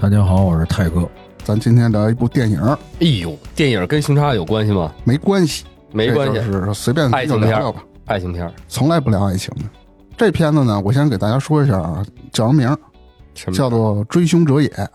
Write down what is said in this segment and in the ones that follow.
大家好，我是泰哥。咱今天聊一部电影儿，哎呦，电影跟熊叉有关系吗？没关系，没关系这，就是随便爱就情片聊儿聊吧。爱情片儿。从来不聊爱情的。这片子呢，我先给大家说一下啊，叫什么名儿？什么叫做《追凶者也》。嗯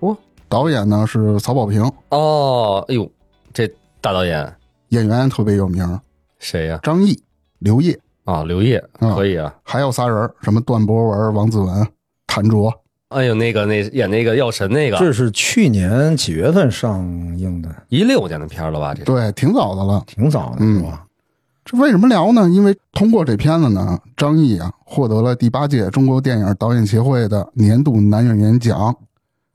哦，导演呢是曹保平，哦，哎呦，这大导演演员特别有名儿，谁呀、张译、刘烨，啊？刘烨嗯可以啊。还有仨人儿，什么段博文、王子文、谭卓。哎呦，那个那演那个药神那个，这是去年几月份上映的，一六年的片儿了吧？这是对，挺早的了。挺早的，是吧？这为什么聊呢？因为通过这片子呢，张译啊获得了第八届中国电影导演协会的年度男演员奖，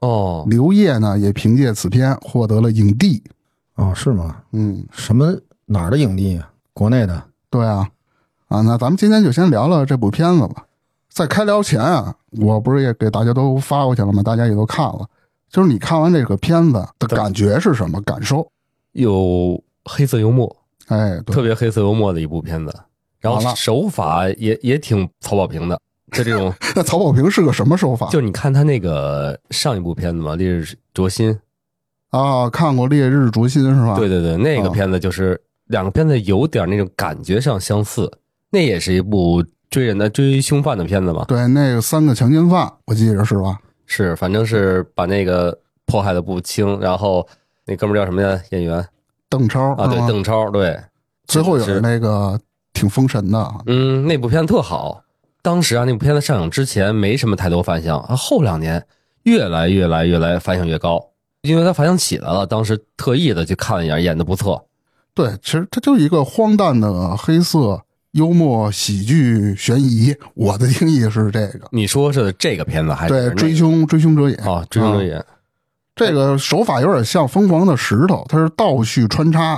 哦，刘烨呢也凭借此片获得了影帝。哦，是吗？嗯，什么哪儿的影帝啊？国内的？对啊，啊，那咱们今天就先聊聊这部片子吧。在开聊前啊，我不是也给大家都发过去了吗？大家也都看了，就是你看完这个片子的对感觉是什么感受？有黑色幽默，哎，对，特别黑色幽默的一部片子，然完后了手法也也挺曹保平的，就这 种，那曹保平是个什么手法？就你看他那个上一部片子嘛，《烈日灼心》，啊，看过《烈日灼心》是吧？对，对对，那个啊片子就是两个片子有点那种感觉上相似，那也是一部追人的追凶犯的片子嘛。对，那个三个强奸犯，我记着是吧？是，反正是把那个迫害的不轻，然后那哥们儿叫什么呀？演员邓超啊，对是，吗邓超，对，最后也是是那个挺封神的啊，嗯，那部片子特好。当时啊，那部片子上映之前没什么太多反响啊，后两年越来越来越来反响越高，因为它反响起来了。当时特意的去看了一眼，演的不错。对，其实它就是一个荒诞的黑色幽默喜剧悬疑，我的定义是这个。你说是这个片子还是哎那对，个追凶追凶者也啊？追凶者啊也，这个手法有点像《疯狂的石头》，它是倒叙穿插，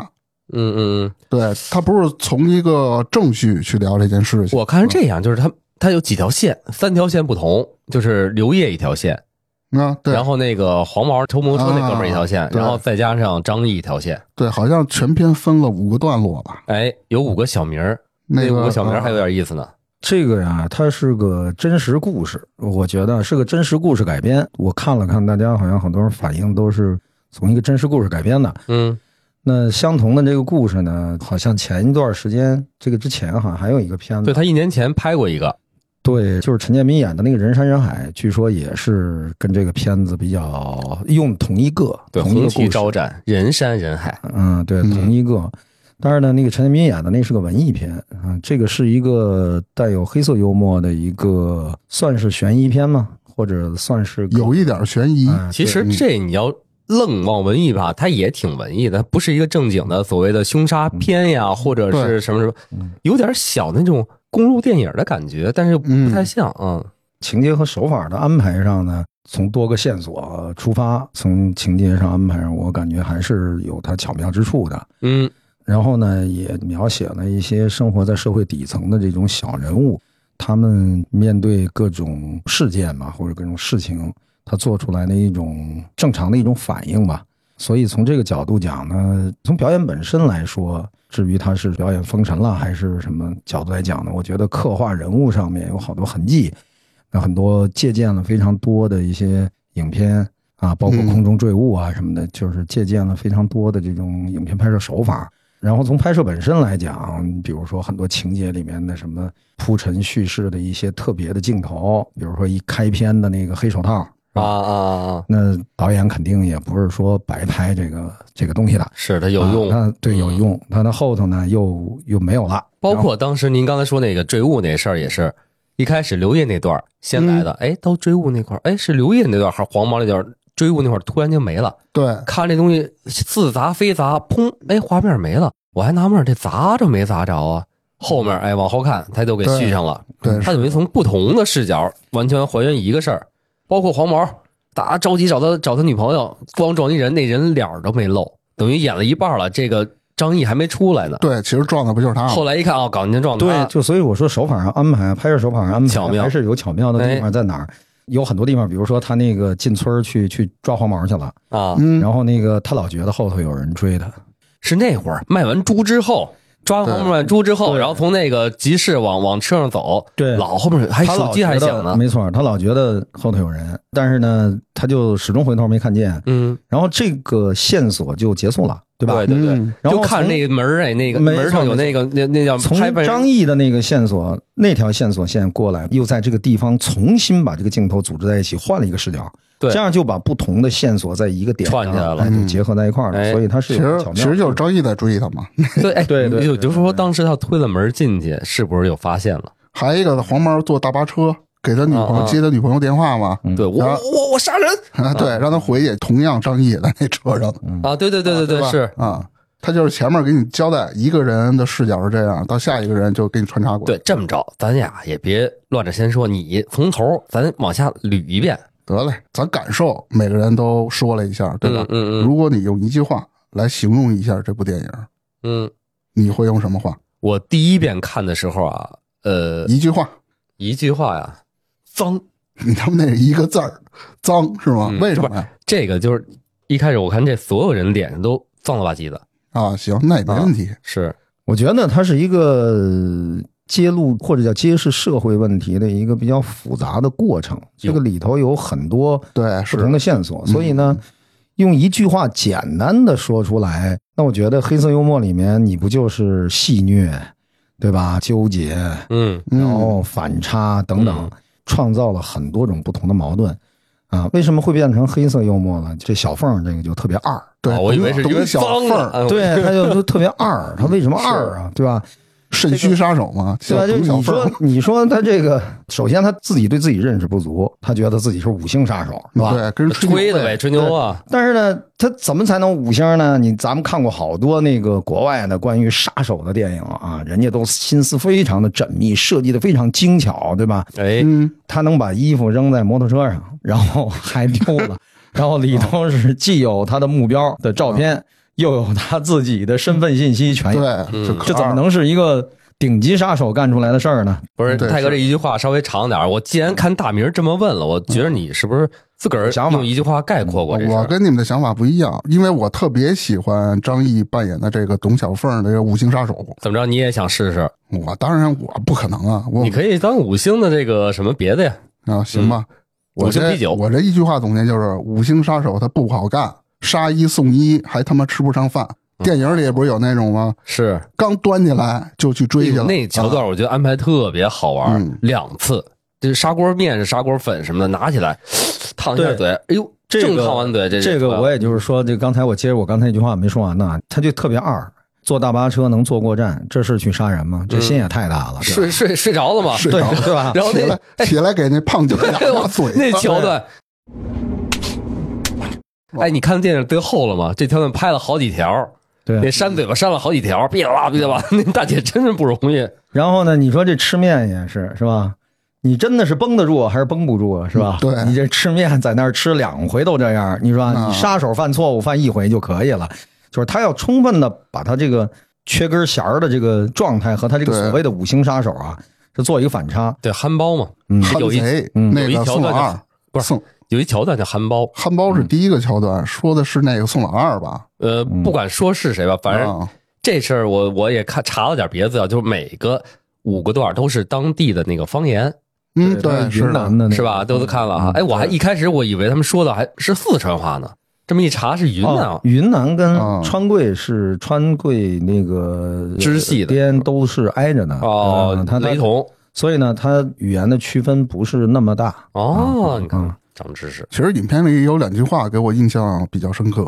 嗯嗯嗯。对，它不是从一个正叙去聊这件事情。我看是这样，就是他他有几条线，三条线不同，就是刘烨一条线，啊，对然后那个黄毛偷摩托车那哥们儿一条线，啊对然后再加上张译一条线。对，好像全篇分了五个段落吧？哎，有五个小名儿，那五个个小名儿还有啊点意思呢。这个呀，它是个真实故事，我觉得是个真实故事改编。我看了看，大家好像很多人反映都是从一个真实故事改编的。嗯，那相同的这个故事呢，好像前一段时间，这个之前好像还有一个片子对，他一年前拍过一个，对，就是陈建斌演的那个人山人海，据说也是跟这个片子比较用同一个，对，同一红个旗故事，招展，人山人海。嗯，对，嗯同一个。但是呢，那个陈建斌演的那是个文艺片啊，这个是一个带有黑色幽默的一个，算是悬疑片吗？或者算是个呃有一点悬疑，啊其嗯实这你要愣往文艺吧，它也挺文艺的，它不是一个正经的所谓的凶杀片呀，或者是什么什么嗯，有点小那种公路电影的感觉，但是又不太嗯像啊。情节和手法的安排上呢，从多个线索出发，从情节上安排上，我感觉还是有它巧妙之处的。嗯，然后呢，也描写了一些生活在社会底层的这种小人物，他们面对各种事件嘛，或者各种事情，他做出来的一种正常的一种反应吧。所以从这个角度讲呢，从表演本身来说，至于他是表演封神了还是什么角度来讲呢，我觉得刻画人物上面有好多痕迹，那很多借鉴了非常多的一些影片啊，包括嗯空中坠物啊什么的，就是借鉴了非常多的这种影片拍摄手法。然后从拍摄本身来讲，比如说很多情节里面的什么铺陈叙事的一些特别的镜头，比如说一开篇的那个黑手套，啊啊啊啊！那导演肯定也不是说白拍这个这个东西的，是它有用，嗯啊、那对有用，但它后头呢又又没有了，包括当时您刚才说那个坠物那事儿也是，一开始刘烨那段儿先来的，哎，到追物那块儿，哎，是刘烨那段儿还是黄毛那段儿？追物那块儿突然就没了，对，看这东西似砸非砸，砰，哎，画面没了，我还纳闷儿这砸着没砸着啊？后面哎往后看，他都给对续上了，对他等于从不同的视角完全还原一个事儿，包括黄毛大家着急找他找他女朋友，光撞一人，那人脸儿都没露，等于演了一半了，这个张译还没出来呢。对，其实撞的不就是他后吗？来一看啊，镐年撞的对，他，就所以我说手法上安排，拍摄手法上安排巧妙还是有巧妙的地哎方在哪儿？有很多地方，比如说他那个进村儿去去抓黄毛去了，啊，嗯，然后那个他老觉得后头有人追他，是那会儿卖完猪之后。抓对黄毛卖猪之后，对然后从那个集市往往车上走，对老后面还他哎手老机还觉得响呢，没错，他老觉得后头有人，但是呢，他就始终回头没看见，嗯，然后这个线索就结束了，对吧？对对对嗯，然后就看从那个门儿哎，那个没错门上有那个那那叫从呃拍拍张译的那个线索，那条线索线过来，又在这个地方重新把这个镜头组织在一起，换了一个视角，对这样就把不同的线索在一个点上串起来了哎就结合在一块儿了，哎所以它是嗯其有实巧妙的。其实就是张译在追他嘛。对哎对对你就对就说当时他推了门进去，是不是有发现了？还有一个黄毛坐大巴车给他女朋啊友啊接他女朋友电话嘛，对嗯我然后我我杀人啊， 对，让他回去，同样张译也在那车上，啊！对对对对吧对，是啊，他就是前面给你交代一个人的视角是这样，到下一个人就给你穿插过来，对，这么着，咱俩也别乱着先说，你从头咱往下捋一遍，得嘞，咱感受每个人都说了一下，对吧？嗯嗯嗯如果你用一句话来形容一下这部电影，嗯，你会用什么话？我第一遍看的时候啊，呃，一句话，一句话呀，脏，你他妈那是一个字儿，脏是吗？嗯为什么呀？这个就是一开始我看这所有人脸上都脏了吧唧的，啊，行，那也没问题。是我觉得它是一个呃揭露或者叫揭示社会问题的一个比较复杂的过程，这个里头有很多对，不是同的线索，所以嗯呢，用一句话简单的说出来，那我觉得黑色幽默里面你不就是戏谑，对吧？纠结，嗯然嗯，后反差等等，嗯创造了很多种不同的矛盾啊。为什么会变成黑色幽默呢？这小凤儿这个就特别二，对，啊我以为是懂因为小脏缝了，儿，哎，对，他就就特别二，他为什么二啊？对吧？肾虚杀手嘛，对吧？叫懂就小你缝儿说，你说他这个，首先他自己对自己认识不足，他觉得自己是五星杀手，是吧？对，跟人吹吹牛哎的呗，吹牛啊，但是呢，他怎么才能五星呢？你咱们看过好多那个国外的关于杀手的电影啊，人家都心思非常的缜密，设计的非常精巧，对吧？哎，嗯，他能把衣服扔在摩托车上，然后还丢了，然后里头是既有他的目标的照片，又有他自己的身份信息哎全有，嗯对，就可这怎么二能是一个顶级杀手干出来的事儿呢？不是对泰哥是这一句话稍微长点儿，我既然看大明这么问了，我觉得你是不是自个儿想法用一句话概括过这事我儿？跟你们的想法不一样，因为我特别喜欢张译扮演的这个董小凤的这个五星杀手。怎么着你也想试试？我当然我不可能啊，我你可以当五星的这个什么别的呀？啊，行吧，我嗯五星这啤酒我这一句话总结就是：五星杀手他不好干，杀一送一，还他妈吃不上饭。嗯电影里也不是有那种吗？是刚端起来就去追去了，啊那桥段，我觉得安排特别好玩儿嗯，两次。这砂锅面、砂锅粉什么的，拿起来烫一下对嘴，哎呦，这个正烫完嘴，这这个我也也就是说，这刚才我接着我刚才那句话没说完呢，他就特别二，坐大巴车能坐过站，这是去杀人吗？这心也太大了，对吧睡睡睡着了嘛，睡对着了对吧？然后啊起那来、 起来给那胖姐 俩哎呦大嘴巴，那桥段，哎，你看电影最后了吗？这桥段拍了好几条。那对。扇嘴巴扇了好几条，哔啦啦哔啦啦， 那大姐真是不容易。然后呢，你说这吃面也是是吧？你真的是绷得住啊还是绷不住啊？是吧？嗯对你这吃面在那儿吃两回都这样，你说嗯你杀手犯错误犯一回就可以了，就是他要充分的把他这个缺根弦儿的这个状态和他这个对所谓的五星杀手啊，是做一个反差。对，憨包嘛，嗯憨有一贼嗯那有一个条宋老段就二不是嗯宋有一桥段叫憨包。憨包是第一个桥段，说的是那个宋老二吧？呃，不管说是谁吧，反正嗯啊这事儿我我也看查了点别的资料，就是每个五个段儿都是当地的那个方言，嗯，他对，是云南的那个是吧？都都看了哈嗯。哎，我还一开始我以为他们说的还是四川话呢，这么一查是云南哦话。云南跟啊川贵是川贵那个支系的边都是挨着呢。哦嗯，它雷，同它所以呢，它语言的区分不是那么大。哦，你嗯看长知识，其实影片里有两句话给我印象比较深刻，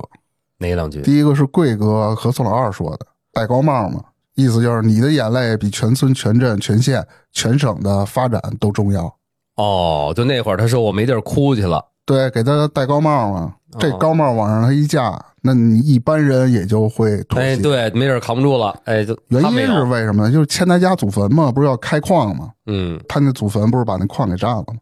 哪两句？第一个是贵哥和宋老二说的，戴高帽嘛，意思就是你的眼泪比全村、全镇、全县、全省的发展都重要。哦，就那会儿他说我没地儿哭去了，对，给他戴高帽嘛，这哦高帽往上他一架，那你一般人也就会妥协。哎，对，没地儿扛不住了，哎，就原他因没有是为什么呢？就是千代家祖坟嘛，不是要开矿嘛，嗯他那祖坟不是把那矿给占了吗？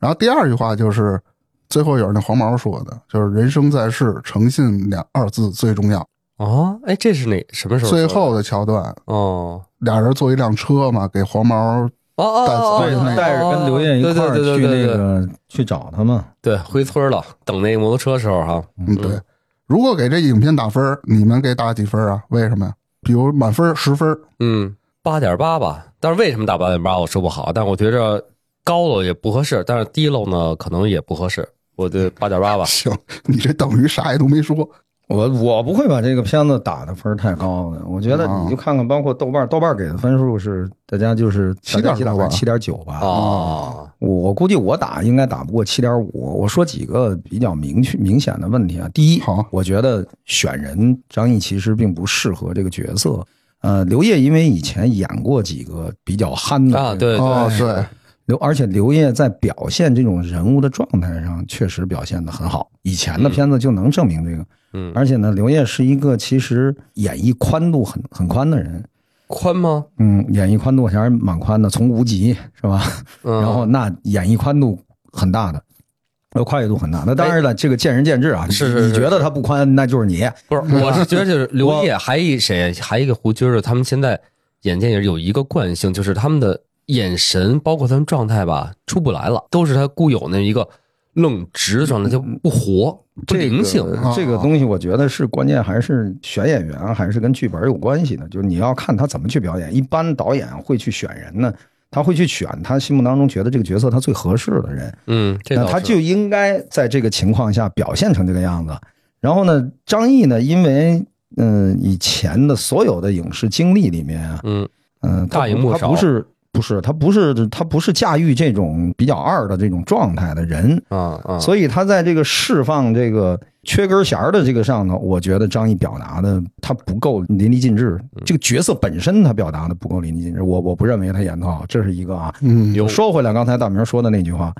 然后第二句话就是最后也是那黄毛说的，就是人生在世，诚信两二字最重要。哦，哎，这是哪什么时候说最的？后的桥段，哦俩人坐一辆车嘛，给黄毛哦哦带哦，对哦那个带着跟刘烨一块儿对对去对对对那对个去找他嘛。对回村了，等那个摩托车时候哈。嗯，对。如果给这影片打分儿，你们给打几分儿啊？为什么呀？比如满分十分儿， 嗯，八点八吧。但是为什么打八点八，我说不好。但我觉着高了也不合适，但是低了呢，可能也不合适。我就八点八吧。行，你这等于啥也都没说。我我不会把这个片子打的分儿太高的，我觉得啊你就看看，包括豆瓣儿，豆瓣儿给的分数是大家就是7.9吧七点九吧。啊哦，我我估计我打应该打不过七点五。我说几个比较明确明显的问题啊，第一好，我觉得选人张译其实并不适合这个角色。呃，刘烨因为以前演过几个比较憨的啊，对对，哦，对，刘，而且刘烨在表现这种人物的状态上确实表现的很好，以前的片子就能证明这个。嗯，而且呢，刘烨是一个其实演绎宽度很很宽的人，宽吗？嗯，演绎宽度还是蛮宽的，从无极是吧？嗯，然后那演绎宽度很大的，呃，跨越度很大。那当然了，这个见仁见智啊。你哎是是是你觉得他不宽，那就是你。不是，我是觉得就是刘烨还一谁，还一个胡军儿，他们现在演电影有一个惯性，就是他们的眼神，包括他们状态吧，出不来了，都是他固有那一个愣直的状态，就不活不这灵个性。呃这个东西，我觉得是关键，还是选演员，啊还是跟剧本有关系的。就是你要看他怎么去表演。一般导演会去选人呢，他会去选他心目当中觉得这个角色他最合适的人。嗯，这那倒他是就应该在这个情况下表现成这个样子。然后呢，张译呢，因为嗯、以前的所有的影视经历里面啊，嗯嗯、大他不荧幕他少不是不是他不是他不是驾驭这种比较二的这种状态的人，啊啊，所以他在这个释放这个缺根弦儿的这个上头，我觉得张译表达的他不够淋漓尽致，嗯这个角色本身他表达的不够淋漓尽致，我我不认为他演得好，这是一个啊。嗯，有说回来，刚才大明说的那句话，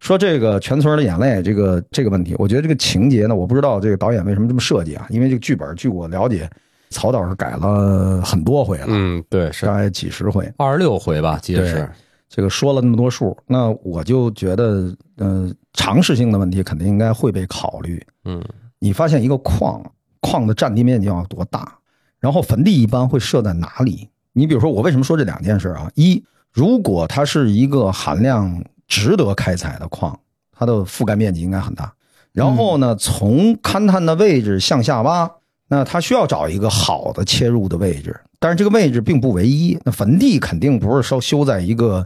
说这个全村的眼泪这个这个问题，我觉得这个情节呢，我不知道这个导演为什么这么设计啊，因为这个剧本据我了解，曹导是改了很多回了，嗯，对，是大概几十回。二十六回吧，记得是对。这个说了那么多数，那我就觉得，呃，常识性的问题肯定应该会被考虑。嗯，你发现一个矿，矿的占地面积要多大，然后坟地一般会设在哪里？你比如说，我为什么说这两件事啊？一，如果它是一个含量值得开采的矿，它的覆盖面积应该很大。然后呢，从勘探的位置向下挖，那它需要找一个好的切入的位置，但是这个位置并不唯一。那坟地肯定不是说修在一个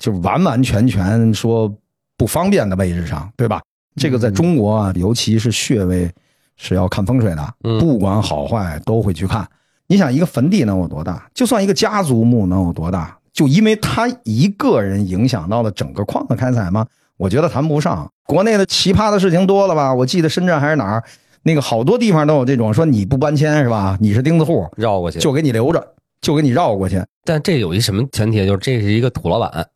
就是完完全全说不方便的位置上，对吧？这个在中国啊，尤其是穴位是要看风水的，嗯不管好坏都会去看。你想一个坟地能有多大？就算一个家族墓能有多大？就因为他一个人影响到了整个矿的开采吗？我觉得谈不上。国内的奇葩的事情多了吧？我记得深圳还是哪儿，那个好多地方都有这种说你不搬迁是吧？你是钉子户，绕过去，就给你留着，就给你绕过去。但这有一什么前提，就是这是一个土老板，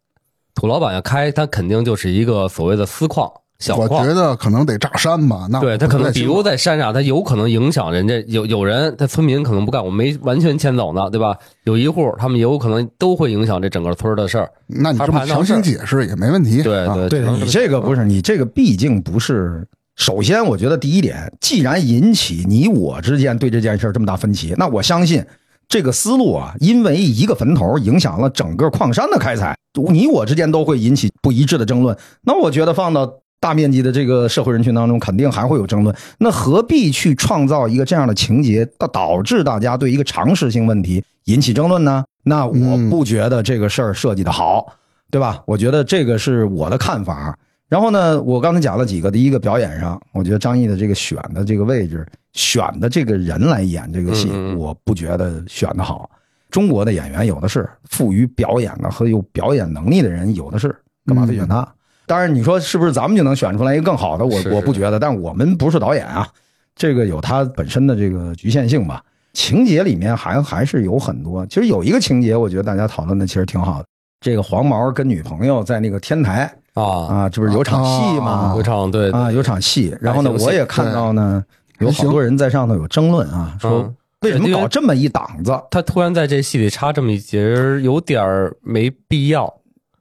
土老板要开，他肯定就是一个所谓的私矿、小我觉矿。得可能得炸山吧。那对他可我不太能，比清如楚在山上，他有可能影响人家有有人，他村民可能不干，我没完全迁走呢，对吧？有一户，他们有可能都会影响这整个村儿的事儿。那你这么强行解释也没问题。对啊对对你这个不是你这个，毕竟不是。首先，我觉得第一点，既然引起你我之间对这件事儿这么大分歧，那我相信这个思路啊，因为一个坟头影响了整个矿山的开采，你我之间都会引起不一致的争论。那我觉得放到大面积的这个社会人群当中，肯定还会有争论。那何必去创造一个这样的情节，导导致大家对一个常识性问题引起争论呢？那我嗯不觉得这个事儿设计的好。对吧？我觉得这个是我的看法。然后呢，我刚才讲了几个，第一个表演上，我觉得张译的这个选的这个位置，选的这个人来演这个戏，嗯嗯嗯我不觉得选的好。中国的演员有的是，富于表演的和有表演能力的人有的是，嗯干嘛非选他？当然，你说是不是咱们就能选出来一个更好的？我是是我不觉得，但我们不是导演啊，这个有它本身的这个局限性吧。情节里面还还是有很多，其实有一个情节，我觉得大家讨论的其实挺好的。这个黄毛跟女朋友在那个天台啊，啊，这不是有场戏吗啊会？唱对嗯啊，有场戏。然后呢感，情戏我也看到呢，有好多人在上头有争论啊，说嗯为什么搞这么一档子？他突然在这戏里插这么一节儿，有点儿没必要。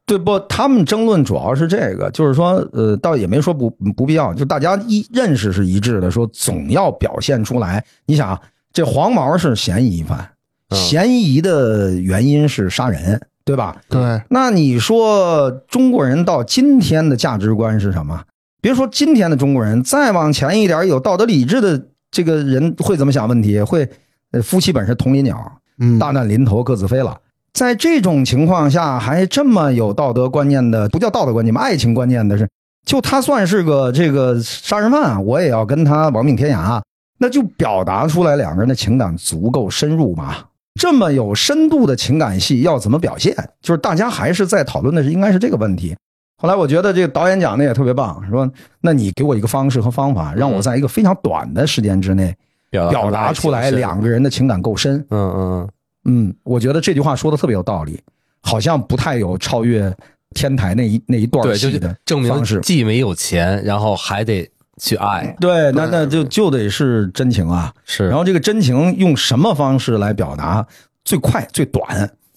对不？他们争论主要是这个，就是说，呃，倒也没说不不必要，就大家一认识是一致的，说总要表现出来。你想啊，这黄毛是嫌疑犯，嗯嫌疑的原因是杀人，对吧？对，那你说中国人到今天的价值观是什么？别说今天的中国人，再往前一点，有道德理智的这个人会怎么想问题？会，呃，夫妻本是同林鸟，嗯，大难临头各自飞了。在这种情况下，还这么有道德观念的，不叫道德观念吧，爱情观念的是，就他算是个这个杀人犯，啊我也要跟他亡命天涯，啊那就表达出来两个人的情感足够深入嘛。这么有深度的情感戏要怎么表现？就是大家还是在讨论的是应该是这个问题。后来我觉得这个导演讲的也特别棒，说那你给我一个方式和方法，让我在一个非常短的时间之内表表达出来两个，个人的情感够深。嗯嗯嗯，我觉得这句话说的特别有道理，好像不太有超越天台那一那一嗯，段对，就戏是的证明方式。既没有钱，然后还得去爱，对，那那就就得是真情啊。是，然后这个真情用什么方式来表达最快最短？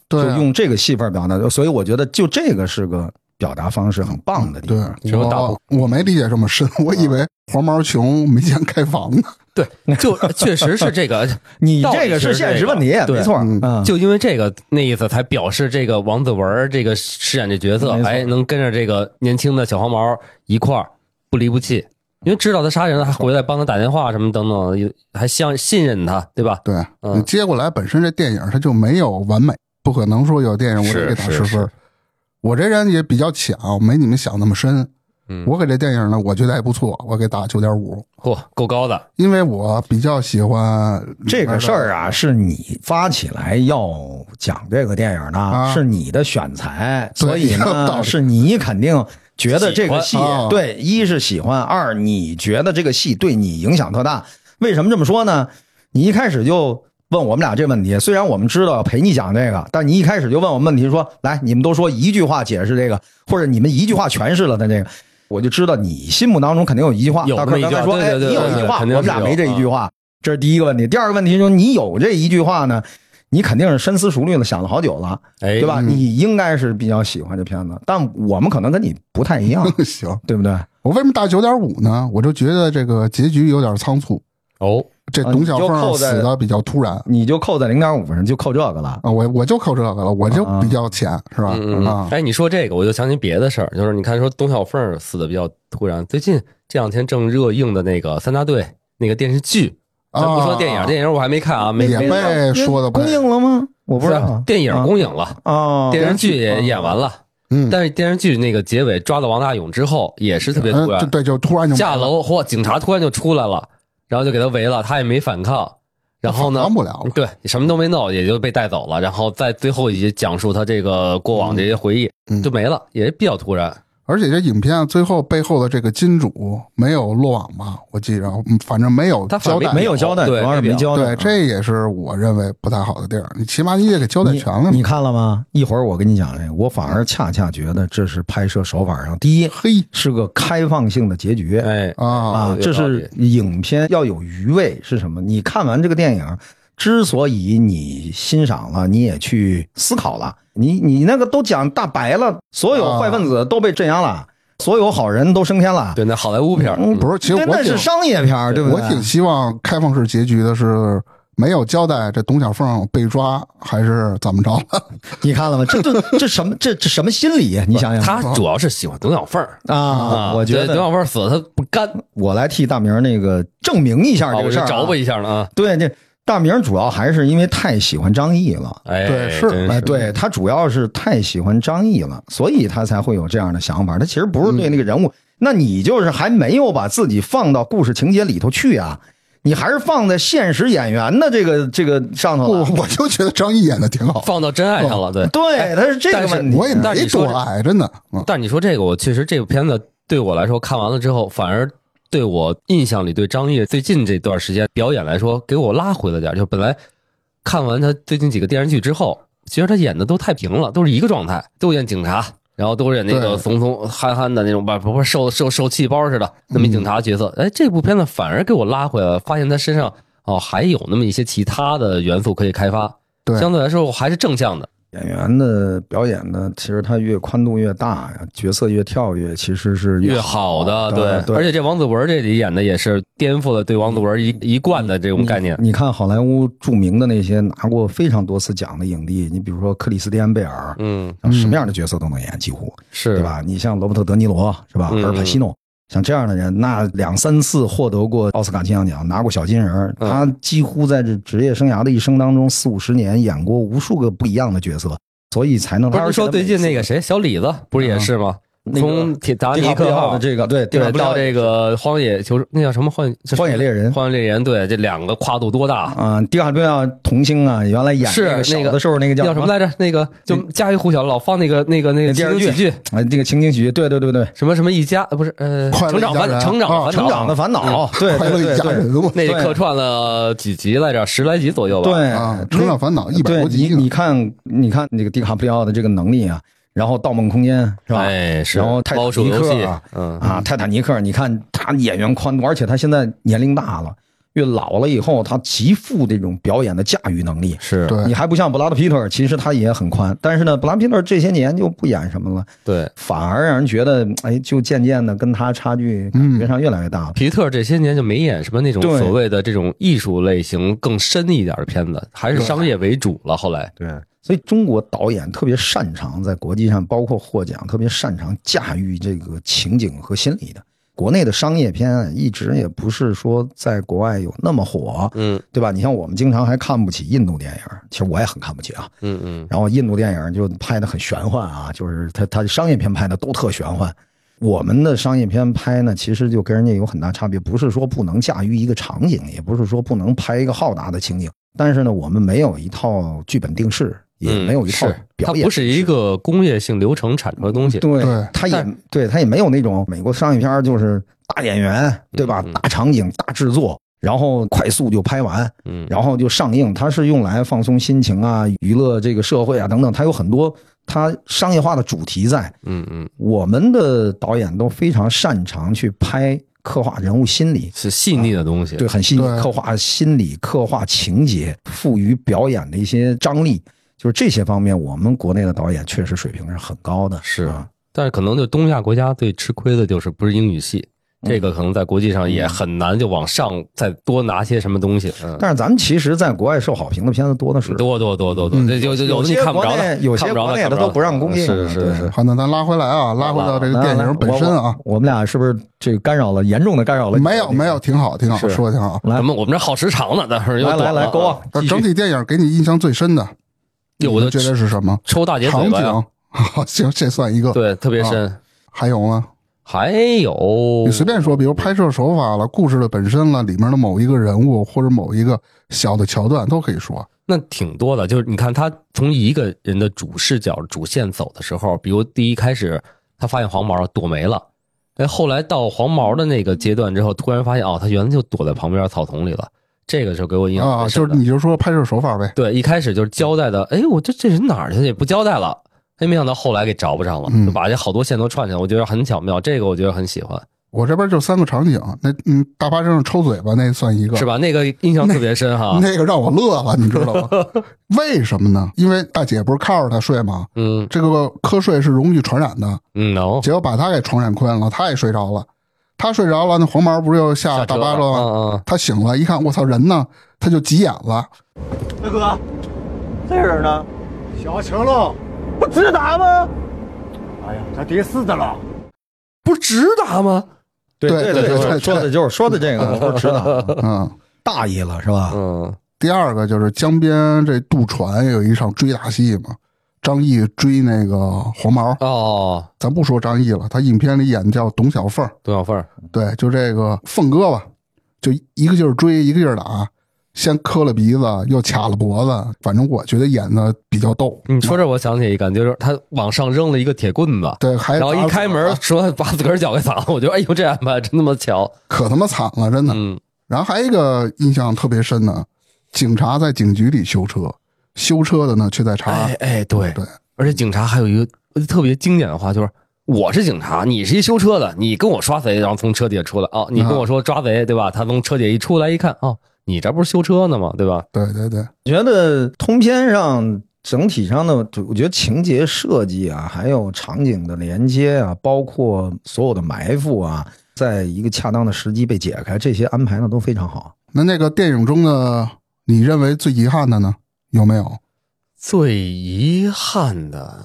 对就啊用这个戏份表达。所以我觉得就这个是个表达方式很棒的地对方。，只有打我我没理解这么深，我以为黄毛穷没钱开房呢。 对，就确实是这个，你道理这个是是现这实个问题，对没错。嗯嗯，就因为这个那意思才表示这个王子文儿这个饰演这角色没，错哎，能跟着这个年轻的小黄毛一块儿不离不弃，因为知道他杀人了，还回来帮他打电话什么等等，也还相信任他，对吧？对嗯你接过来，本身这电影它就没有完美，不可能说有电影我是得给打是十分是儿。我这人也比较浅啊，没你们想那么深。嗯我给这电影呢，我觉得还不错，我给打九点五，嚯，够高的，因为我比较喜欢 这个事儿啊。啊，是你发起来要讲这个电影的，啊是你的选材，对所以有道呢，理是你肯定觉得这个戏喜欢啊对，一是喜欢，二你觉得这个戏对你影响特大。为什么这么说呢？你一开始就问我们俩这问题，虽然我们知道陪你讲这个，但你一开始就问我们问题说来，你们都说一句话解释这个，或者你们一句话诠释了他这个。我就知道你心目当中肯定有一句话，有大那哥么一刚才句说，话哎，对对你对有一句对话，肯定我们俩是有嗯没这一句话，这是第一个问题。第二个问题就是你有这一句话呢，你肯定是深思熟虑了，想了好久了，哎，对吧？嗯你应该是比较喜欢这片子，但我们可能跟你不太 一样，行，对不对？我为什么打九点五呢？我就觉得这个结局有点仓促，哦，这啊董小你就凤扣在死的比较突然你就扣在零点五分，就扣这个了。啊，我我就靠这个了，我就啊比较浅，是吧？嗯嗯嗯啊，，哎，你说这个，我就想起别的事儿，就是你看说董小凤儿死的比较突然，最近这两天正热映的那个三大队那个电视剧，咱不说电影，啊电影我还没看啊，没也没被说的不公太映了吗？我不知道。电影啊公映了，啊，电视剧也演完了，嗯，但是电视剧那个结尾抓到王大勇之后，也是特别突嗯，然，对对，就突然就下楼，嚯，警察突然就出来了，然后就给他围了，他也没反抗，然后呢嗯防，不了了，对，什么都没弄，也就被带走了，然后在最后也讲述他这个过往这些回忆，嗯就没了，也是比较突然。而且这影片啊最后背后的这个金主没有落网吧？我记着，嗯反正没有他反交正代，没有交代，主对要是没交代。对，这也是我认为不太好的地儿。你起码你也给交代你全了嘛嗯你。看了吗？一会儿我跟你讲这个，我反而恰恰觉得这是拍摄手法上，第一嘿是个开放性的结局，哎，啊，啊，有这道是影片要有余味是什么？你看完这个电影，之所以你欣赏了，你也去思考了，你你那个都讲大白了，所啊有坏分子都被镇压了，所有好人都升天了，对，那好莱坞片儿，嗯不是，其实那我那挺是商业片儿，对不我对？挺希望开放式结局的是没有交代这董小凤被抓还是怎么着 了。你看了吗？这这这什么这这什么心理啊？你想想他主要是喜欢董小凤儿啊，我对觉董得小凤儿死了他不甘，我来替大明儿那个证明一下啊这我个事就儿、找补一下了啊。对，这大明儿主要还是因为太喜欢张译了。哎，对是真哎，对他主要是太喜欢张译了，所以他才会有这样的想法。他其实不嗯是对那个人物，那你就是还没有把自己放到故事情节里头去啊，你还是放在现实演员的这个这个上头我了。 我就觉得张译演的挺好，放到真爱上了，嗯对。对，他是这个哎但是问题。我也但是没你说多爱，真的。嗯但你说这个，我确实这部片子对我来说看完了之后，反而对我印象里对张译最近这段时间表演来说，给我拉回了点儿。就本来看完他最近几个电视剧之后，其实他演的都太平了，都是一个状态，都演警察，然后都演那对个怂怂憨憨的那种吧，不是受受受气包似的那么一警察角色。哎，这部片子反而给我拉回来了，发现他身上哦还有那么一些其他的元素可以开发。对相对来说我还是正向的。演员的表演呢，其实它越宽度越大呀，角色越跳跃，其实是越好啊好的，对而且这王子文这里演的也是颠覆了对王子文嗯一一贯的这种概念。你看好莱坞著名的那些拿过非常多次奖的影帝，你比如说克里斯蒂安贝尔，嗯，像什么样的角色都能演，几乎是对？吧？你像罗伯特德尼罗是吧？嗯尔帕西诺。像这样的人，那两三次获得过奥斯卡金像奖，拿过小金人儿，嗯他几乎在这职业生涯的一生当中，四五十年演过无数个不一样的角色，所以才能。不是说而且最他近每次那个谁小李子不是也是吗？啊那个从铁达迪尼卡克布号的这个对，对迪卡到布里奥这个荒野求那叫什么荒这是荒野猎人荒野猎人对这两个跨度多大？啊，迪卡布里奥童星啊，原来演是那个小那个的时候那个叫什什么么？来着？那个就家喻户晓，老放那个那个那个那电视情景喜剧剧，啊，这个情景喜剧，对对对对，什么什么一家呃不是呃快乐成长一家烦人成长啊烦恼成长的烦恼，对快对乐对一家对人，我那对客串了几集来着？十来集左右吧。对啊，那《成长烦恼》一百对多集呢，你你看你看那个迪卡布里奥的这个能力啊，然后《盗梦空间》是吧？哎是。然后泰猫坦鼠尼游克戏啊，嗯啊，泰坦尼克，你看他演员宽度，而且他现在年龄大了，越老了以后，他极富这种表演的驾驭能力。是对你还不像布拉德皮特，其实他也很宽，但是呢，布拉德皮特这些年就不演什么了，对。反而让人觉得，哎，就渐渐的跟他差距感觉上越来越大了。皮特这些年就没演什么那种对所谓的这种艺术类型更深一点的片子，还是商业为主了。后来对，所以中国导演特别擅长在国际上，包括获奖，特别擅长驾驭这个情景和心理的。国内的商业片啊一直也不是说在国外有那么火，嗯对吧？你像我们经常还看不起印度电影，其实我也很看不起啊。嗯嗯，然后印度电影就拍的很玄幻啊，就是他他商业片拍的都特玄幻。我们的商业片拍呢，其实就跟人家有很大差别，不是说不能驾驭一个场景，也不是说不能拍一个浩大的情景，但是呢，我们没有一套剧本定式，也嗯没有一套是它表演，不是一个工业性流程产出的东西。对，对他也但对他也没有那种美国商业片儿就是大演员对吧，嗯嗯大场景、大制作，然后快速就拍完，嗯，然后就上映，它是用来放松心情啊、娱乐这个社会啊等等，它有很多它商业化的主题在。嗯嗯，我们的导演都非常擅长去拍刻画人物心理，是细腻的东西。对，很细腻，对刻画心理、刻画情节，赋予表演的一些张力，就是这些方面，我们国内的导演确实水平是很高的。是啊，但是可能就东亚国家最吃亏的就是不是英语系，这个可能在国际上也很难就往上再多拿些什么东西。嗯，但是咱们其实，在国外受好评的片子多的是。多多多多多，嗯这有有有的些你看不着国的，内有些看不着的国内看的不着都不让公映是是对是，好，那咱拉回来啊，拉回到这个电影本身啊，我我们俩是不是这个干扰了，严重的干扰了？没有没有，挺好，挺好，是说的挺好。来咱们我们这耗时长呢，但是又来来短来了，Go 啊 on，继续整体电影给你印象最深的，有我你就们觉得是什么？抽大姐场嘴巴呀，景， 好，行，这算一个。，对，特别深。还有吗？还有，你随便说，比如拍摄手法了、故事的本身了、里面的某一个人物或者某一个小的桥段都可以说。那挺多的。就是你看他从一个人的主视角、主线走的时候，比如第一开始他发现黄毛躲没了，哎，后来到黄毛的那个阶段之后，突然发现哦，他原来就躲在旁边草丛里了。这个就给我印象啊，很就深是的。你就说拍摄手法呗。对，一开始就是交代的，哎，我这这人哪儿去？也不交代了。哎，没想到后来给找不上了，嗯就把这好多线都串起来，我觉得很巧妙。这个我觉得很喜欢，我这边就三个场景，那嗯，大巴车上抽嘴巴那算一个，是吧？那个印象特别深哈。 那个让我乐了，你知道 吗？为什么呢？因为大姐不是靠着他睡吗？嗯这个瞌睡是容易传染的，嗯，能结果把他给传染困了，他也睡着了。他睡着了，那黄毛不是又啊下大巴车啊吗？嗯嗯，他醒了，一看，我操，人呢？他就急眼了。大哥，这人呢？小晴喽，不直达吗？哎呀，这得死的了。不是直达吗？对对 对对对说的就是说的这个，我知道，嗯， 大意了是吧？嗯，第二个就是江边这渡船有一场追打戏嘛，张译追那个黄毛，哦，咱不说张译了，他影片里演的叫董小凤，董小凤，对，就这个凤哥吧，就一个劲儿追，一个劲儿打，先磕了鼻子，又卡了脖子，反正我觉得演的比较逗。你说这我想起一感觉，就是他往上扔了一个铁棍子，对，还然后一开门啊说把自个儿脚给砸了，我觉得哎呦这安排真他妈巧，可他妈惨了，真的。嗯然后还有一个印象特别深的，警察在警局里修车，修车的呢却在查案。哎哎对对，而且警察还有一个特别经典的话，就是我是警察，你是一修车的，你跟我刷贼，然后从车底下出来哦，你跟我说抓贼对吧？他从车底下一出来一看哦，你这不是修车呢吗？对吧？对对对，觉得通篇上整体上呢，就我觉得情节设计啊，还有场景的连接啊，包括所有的埋伏啊，在一个恰当的时机被解开，这些安排呢都非常好。那那个电影中的你认为最遗憾的呢？有没有？最遗憾的，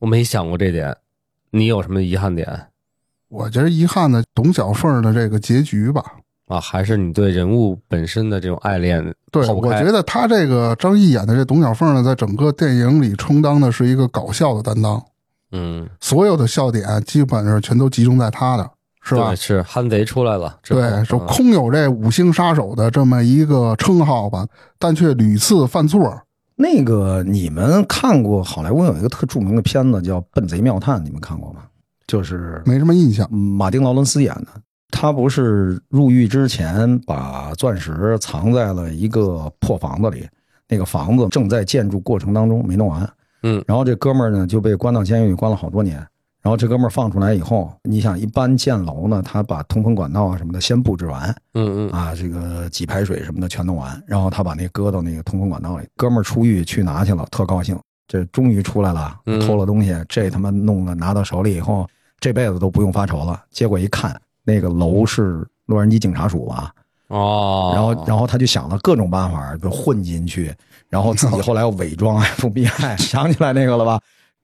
我没想过这点。你有什么遗憾点我觉得遗憾的董小凤的这个结局吧。啊？还是你对人物本身的这种爱恋对，跑不我开？觉得他这个张译演的这董小凤呢，在整个电影里充当的是一个搞笑的担当，嗯，所有的笑点啊基本上全都集中在他的，是吧对，？是汉贼出来了之后，对，就嗯空有这五星杀手的这么一个称号吧，但却屡次犯错。那个你们看过好莱坞有一个特著名的片子叫《笨贼妙探》，你们看过吗？就是没什么印象。马丁·劳伦斯演的。他不是入狱之前把钻石藏在了一个破房子里，那个房子正在建筑过程当中没弄完。嗯然后这哥们儿呢就被关到监狱里关了好多年。然后这哥们儿放出来以后，你想一般建楼呢，他把通风管道啊什么的先布置完嗯嗯，啊，这个给排水什么的全弄完，然后他把那搁到那个通风管道里。哥们儿出狱去拿去了，特高兴，这终于出来了，嗯偷了东西，这他妈弄了拿到手里以后，这辈子都不用发愁了。结果一看，那个楼是洛杉矶警察署吧，哦，然后，然后他就想了各种办法，就混进去，然后自 己后来又伪装 FBI，想起来那个了吧？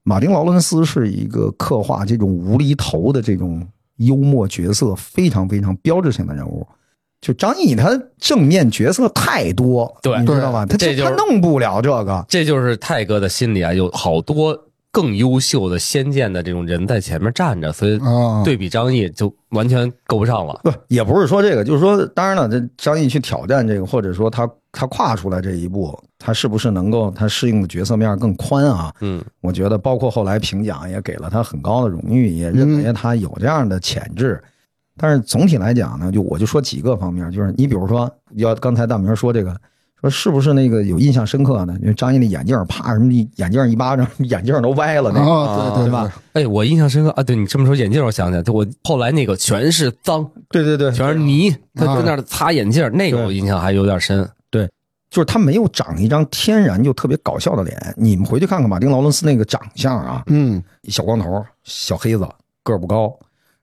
马丁·劳伦斯是一个刻画这种无厘头的这种幽默角色非常非常标志性的人物。就张译他正面角色太多，对你知道吧？他这就是他弄不了这个，这就是泰哥的心里啊，有好多更优秀的、先见的这种人在前面站着，所以啊，对比张译就完全够不上了。不，也不是说这个，就是说，当然了，这张译去挑战这个，或者说他他跨出来这一步，他是不是能够他适应的角色面更宽啊？嗯，我觉得包括后来评奖也给了他很高的荣誉，也认为他有这样的潜质。但是总体来讲呢，就我就说几个方面，就是你比如说，要刚才大明说这个，说是不是那个有印象深刻呢？因为张译那眼镜儿啪什么一眼镜儿一巴掌，眼镜儿都歪了那个，啊，对对对吧？？哎，我印象深刻啊！对你这么说眼镜，我想起来，我后来那个全是脏，对对对，全是泥，嗯他在那儿擦眼镜，那个对我印象还有点深。就是他没有长一张天然就特别搞笑的脸。你们回去看看马丁·劳伦斯那个长相啊，嗯，小光头、小黑子，个儿不高，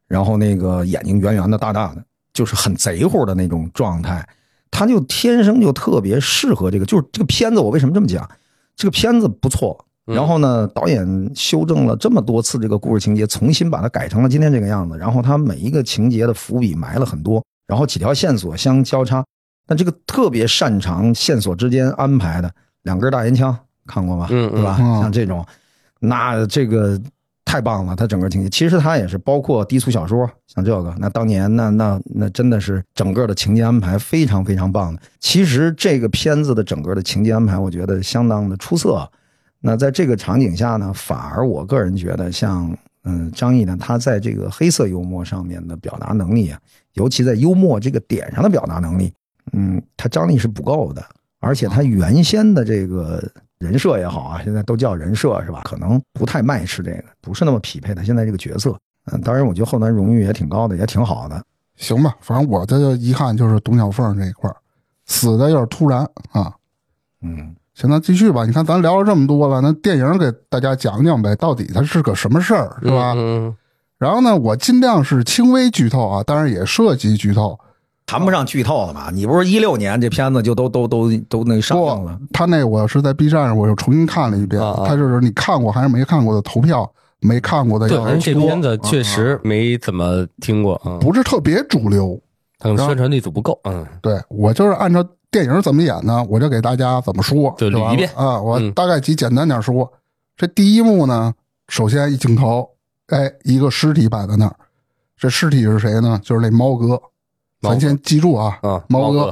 然后那个眼睛圆圆的、大大的，就是很贼乎的那种状态。他就天生就特别适合这个，就是这个片子。我为什么这么讲？这个片子不错，嗯然后呢，导演修正了这么多次这个故事情节，重新把它改成了今天这个样子。然后他每一个情节的伏笔埋了很多，然后几条线索相交叉。但这个特别擅长线索之间安排的两根大烟枪，看过吗？嗯嗯对吧？嗯像这种，那这个太棒了，他整个情节其实他也是包括低俗小说，像这个，那当年那那那真的是整个的情节安排非常非常棒的。其实这个片子的整个的情节安排，我觉得相当的出色。啊那在这个场景下呢，反而我个人觉得像。嗯，张译呢，他在这个黑色幽默上面的表达能力啊，尤其在幽默这个点上的表达能力，嗯，他张力是不够的，而且他原先的这个人设也好啊，现在都叫人设是吧？可能不太卖吃这个，不是那么匹配他现在这个角色。嗯，当然，我觉得后来荣誉也挺高的，也挺好的。行吧，反正我的遗憾就是董小凤这一块儿死的有点突然啊。嗯，行，那继续吧。你看，咱聊了这么多了，那电影给大家讲讲呗，到底它是个什么事儿，是吧？嗯，嗯然后呢，我尽量是轻微剧透啊，当然也涉及剧透。谈不上剧透了吧？你不是一六年这片子就都都都都那上映了？他那我是在 B 站上我又重新看了一遍啊，啊他就是你看过还是没看过的投票，没看过的对，要而且这多片子嗯确实没怎么听过，嗯，不是特别主流。可能宣传力度不够，嗯，对我就是按照电影怎么演呢，我就给大家怎么说，就捋完了一遍啊。我嗯大概极简单点说，这第一幕呢，首先一镜头，哎，一个尸体摆在那儿，这尸体是谁呢？就是那猫哥，猫哥咱先记住啊，啊猫猫哥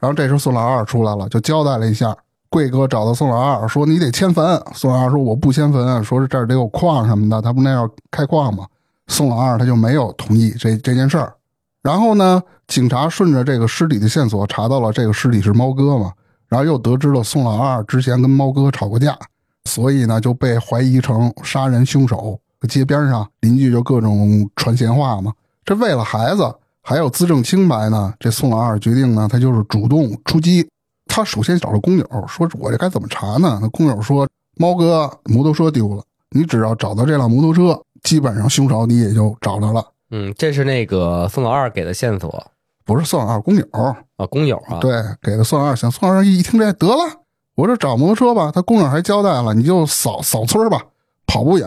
然后这时候宋老二出来了，就交代了一下。贵哥找到宋老二说：“你得迁坟。”宋老二说：“我不迁坟，说是这儿得有矿什么的，他不是那要开矿吗？”宋老二他就没有同意这这件事儿。然后呢，警察顺着这个尸体的线索查到了这个尸体是猫哥嘛，然后又得知了宋老二之前跟猫哥吵过架，所以呢就被怀疑成杀人凶手。街边上邻居就各种传闲话嘛，这为了孩子还有自证清白呢，这宋老二决定呢，他就是主动出击。他首先找了工友，说我这该怎么查呢？那工友说猫哥摩托车丢了，你只要找到这辆摩托车，基本上凶手你也就找着了。嗯，这是那个宋老二给的线索不是算二工友，啊，工友啊，，对，给的算二，想算二一听这得了，我这找摩托车吧。他工长还交代了，你就扫扫村儿吧，跑不远。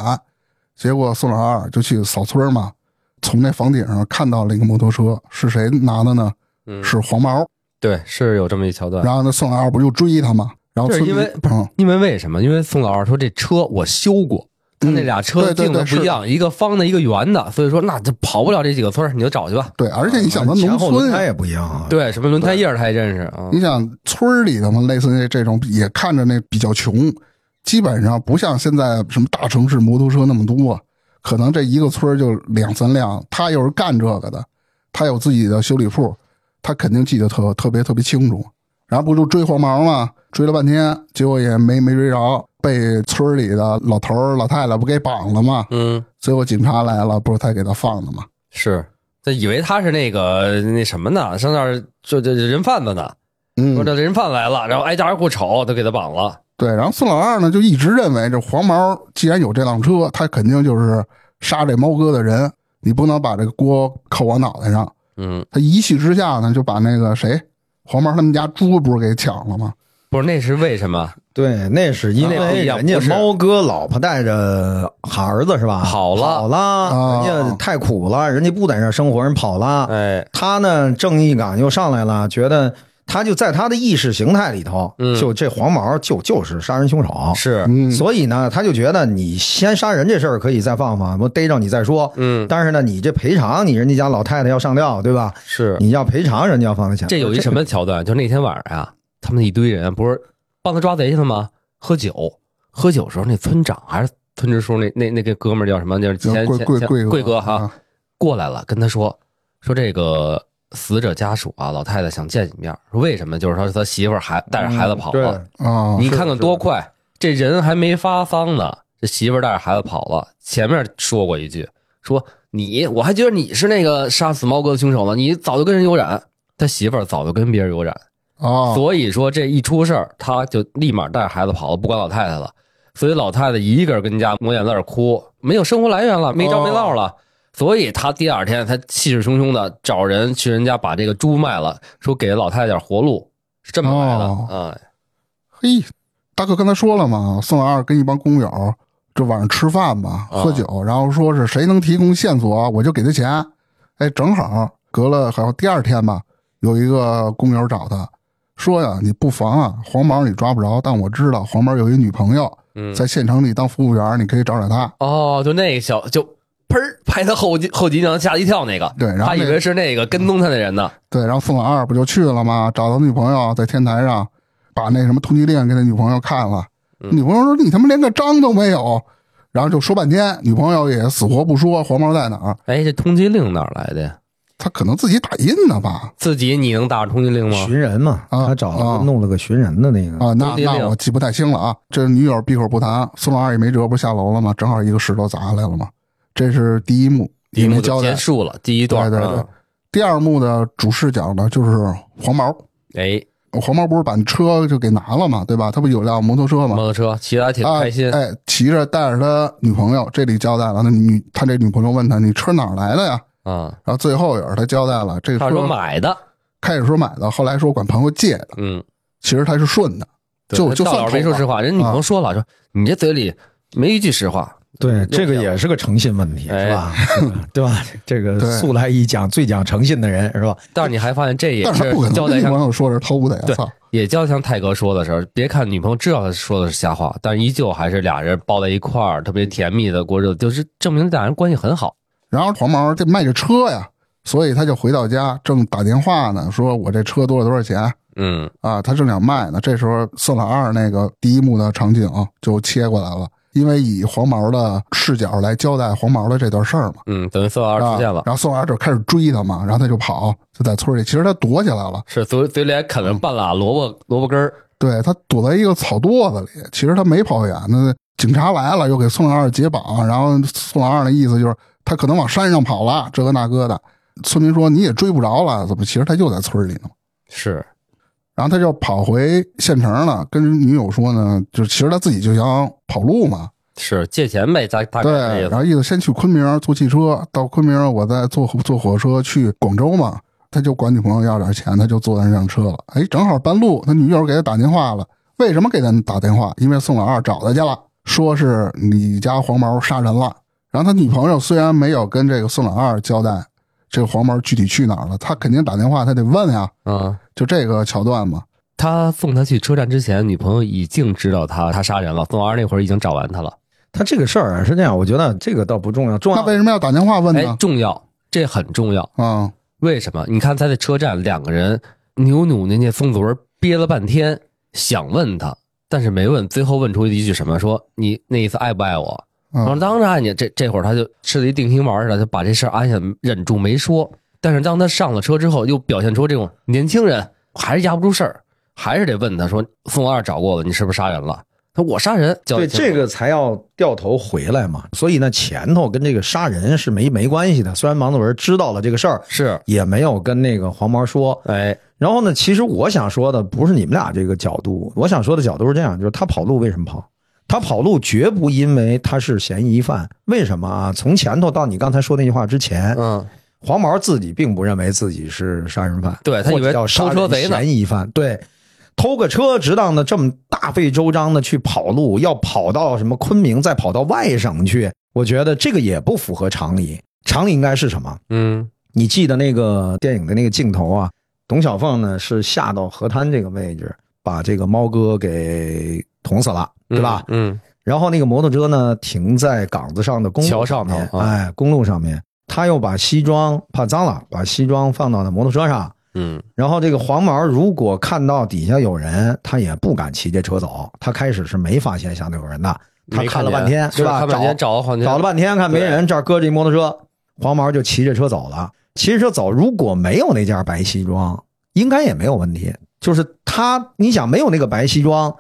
结果宋老二就去扫村儿嘛，从那房顶上看到了一个摩托车，是谁拿的呢？嗯，是黄毛。对，是有这么一桥段。然后那宋老二不就追他吗？然后就是村因民为不是嗯，因为为什么？因为宋老二说这车我修过，他那俩嗯车对对定的对不一样，一个方的，一个圆的，所以说那就跑不了这几个村儿，你就找去吧。对，而且你想咱啊前农后轮村胎也不一样嗯啊。对，什么轮胎叶儿他也认识啊。你想村儿里的嘛，类似那这种也看着那比较穷，基本上不像现在什么大城市摩托车那么多，可能这一个村儿就两三辆。他又是干这个的，他有自己的修理铺，他肯定记得特特别特别清楚。然后不就追黄毛嘛，追了半天，结果也没没追着，被村儿里的老头儿老太太不给绑了嘛。嗯，最后警察来了，不是才给他放的嘛？是，他以为他是那个那什么呢，上那儿就这人贩子呢，嗯说，这人贩来了，然后挨家挨户瞅，都给他绑了。对，然后宋老二呢就一直认为这黄毛既然有这辆车，他肯定就是杀这猫哥的人，你不能把这个锅扣我脑袋上。嗯，他一气之下呢，就把那个谁黄毛他们家猪不是给抢了吗？不是，那是为什么？对，那是因那不为一样人家不是猫哥老婆带着儿子是吧？跑跑了啊了，人家太苦了，人家不在这儿生活，人跑啊了。哎，他呢，正义感又上来了，觉得他就在他的意识形态里头，嗯就这黄毛就就是杀人凶手。是，嗯，所以呢，他就觉得你先杀人这事儿可以再放放，我逮着你再说。嗯，但是呢，你这赔偿，你人家家老太太要上吊，对吧？是。你要赔偿，人家要放在前。嗯这有一什么桥段？就是那天晚上啊，他们一堆人不是帮他抓贼去了吗？喝酒，喝酒时候那村长还是村支书那那那个哥们儿叫什么？就是就前贵前贵前贵贵哥哈，啊过来了，跟他说说这个死者家属啊，老太太想见你面儿，说为什么？就是说他媳妇儿还带着孩子跑对了，啊，你看看多快，这人还没发丧呢，这媳妇儿带着孩子跑了。前面说过一句，说你我还觉得你是那个杀死猫哥的凶手呢，你早就跟人有染。他媳妇儿早就跟别人有染，啊，所以说这一出事儿，他就立马带着孩子跑了，不管老太太了。所以老太太一个人跟家抹眼泪儿哭，没有生活来源了，哦没着没落了。所以他第二天，他气势汹汹的找人去人家把这个猪卖了，说给老太太点活路，是这么来的。哦嗯，嘿，大哥刚才说了嘛，宋老二跟一帮工友这晚上吃饭嘛，啊喝酒，然后说是谁能提供线索，我就给他钱。哎，正好隔了好像第二天吧，有一个工友找他说呀，你不妨啊，黄毛你抓不着，但我知道黄毛有一女朋友，嗯在县城里当服务员，你可以找找他。哦，就那个小就砰儿拍他后脊后脊梁，吓一跳那个。对然后他以那为是那个跟踪他的人呢。对，然后宋老二不就去了吗？找到女朋友在天台上，把那什么通缉令给他女朋友看了。嗯女朋友说：“你他妈连个章都没有。”然后就说半天，女朋友也死活不说黄毛在哪儿。哎，这通缉令哪儿来的呀？他可能自己打印的吧？自己你能打着通缉令吗？寻人嘛，啊他找啊了弄了个寻人的那个。啊，那都列那了我记不太清了啊。这女友闭口不谈，宋老二也没辙，不是下楼了吗？正好一个石头砸下来了嘛。这是第一幕，第一幕也没就交代结。束了，第一段。对对对嗯第二幕的主视角呢，就是黄毛。哎，黄毛不是把车就给拿了嘛，对吧？他不有辆摩托车摩嘛？托车骑得还挺啊，开心。哎，骑着带着他女朋友，这里交代了。那女他这女朋友问他：“你车哪儿来的呀啊，？”然后最后也是他交代了，这个他车说买的，开始说买的，后来说管朋友借的，嗯，其实他是顺的，对就他就到算老没说偷实了啊话，人女朋友说了，说你这嘴里没一句实话。对，这个也是个诚信问题，哎是吧？ 对吧？这个对素来一讲最讲诚信的人，是吧？但是你还发现这也但是他不可能交跟代女像朋友说是偷的呀！操，也就像泰哥说的时候，别看女朋友知道他说的是瞎话，但依旧还是俩人抱在一块儿，特别甜蜜的过日子，就是证明俩人关系很好。然后黄毛这卖这车呀，所以他就回到家，正打电话呢，说我这车多少多少钱嗯，啊？他正想卖呢。这时候宋老二那个第一幕的场景、啊、就切过来了，因为以黄毛的视角来交代黄毛的这段事儿嘛。嗯，等于宋老二出现了啊，然后宋老二就开始追他嘛，然后他就跑，就在村里。其实他躲起来了，是嘴嘴里还啃了半拉萝卜萝卜根儿。对他躲在一个草垛子里。其实他没跑远，那警察来了又给宋老二解绑，然后宋老二的意思就是他可能往山上跑了，这个那个的。村民说你也追不着了，怎么？其实他就在村里呢。是，然后他就跑回县城了，跟女友说呢，就是其实他自己就想跑路嘛，是借钱呗，大大概这对，意然思。后意思先去昆明坐汽车，到昆明我再坐坐火车去广州嘛。他就管女朋友要点钱，他就坐那辆车了。哎，正好半路，他女友给他打电话了。为什么给他打电话？因为宋老二找他去了，说是你家黄毛杀人了。然后他女朋友虽然没有跟这个宋老二交代这个黄毛具体去哪儿了，他肯定打电话，他得问呀。嗯，就这个桥段嘛，他送他去车站之前，女朋友已经知道他他杀人了。宋老二那会儿已经找完他了。他这个事儿啊是这样，我觉得这个倒不重要，重那要为什么要打电话问哎呢，？重要，这很重要。啊、为什么？你看他在车站，两个人扭扭捏捏，宋祖儿憋了半天，想问他，但是没问，最后问出一句什么？说你那意思爱不爱我？嗯我说当然爱你。这这会儿他就吃了一定心丸似的，就把这事儿按下，忍住没说。但是当他上了车之后，又表现出这种年轻人还是压不住事儿，还是得问他说：“宋二找过了，你是不是杀人了？”他说：“我杀人。交代对清楚”这个才要掉头回来嘛。所以呢，前头跟这个杀人是没没关系的。虽然王子文知道了这个事儿，是也没有跟那个黄毛说。哎，然后呢，其实我想说的不是你们俩这个角度，我想说的角度是这样，就是他跑路为什么跑？他跑路绝不因为他是嫌疑犯，为什么啊？从前头到你刚才说那句话之前，嗯，黄毛自己并不认为自己是杀人犯，对他以为或者叫杀人偷车贼呢嫌疑犯，对，偷个车值当的这么大费周章的去跑路，要跑到什么昆明，再跑到外省去，我觉得这个也不符合常理。常理应该是什么？嗯，你记得那个电影的那个镜头啊，董小凤呢是下到河滩这个位置，把这个猫哥给捅死了，对吧？嗯，然后那个摩托车呢停在岗子上的公路桥上头面啊哎，公路上面，他又把西装怕脏了，把西装放到那摩托车上。嗯，然后这个黄毛如果看到底下有人，他也不敢骑这车走。他开始是没发现下头有人的，他没看了见半天，是对吧？看半天找了半天找了半天看没人，这儿搁着一摩托车，黄毛就骑着车走了。骑着车走，如果没有那件白西装，应该也没有问题。就是他，你想没有那个白西装，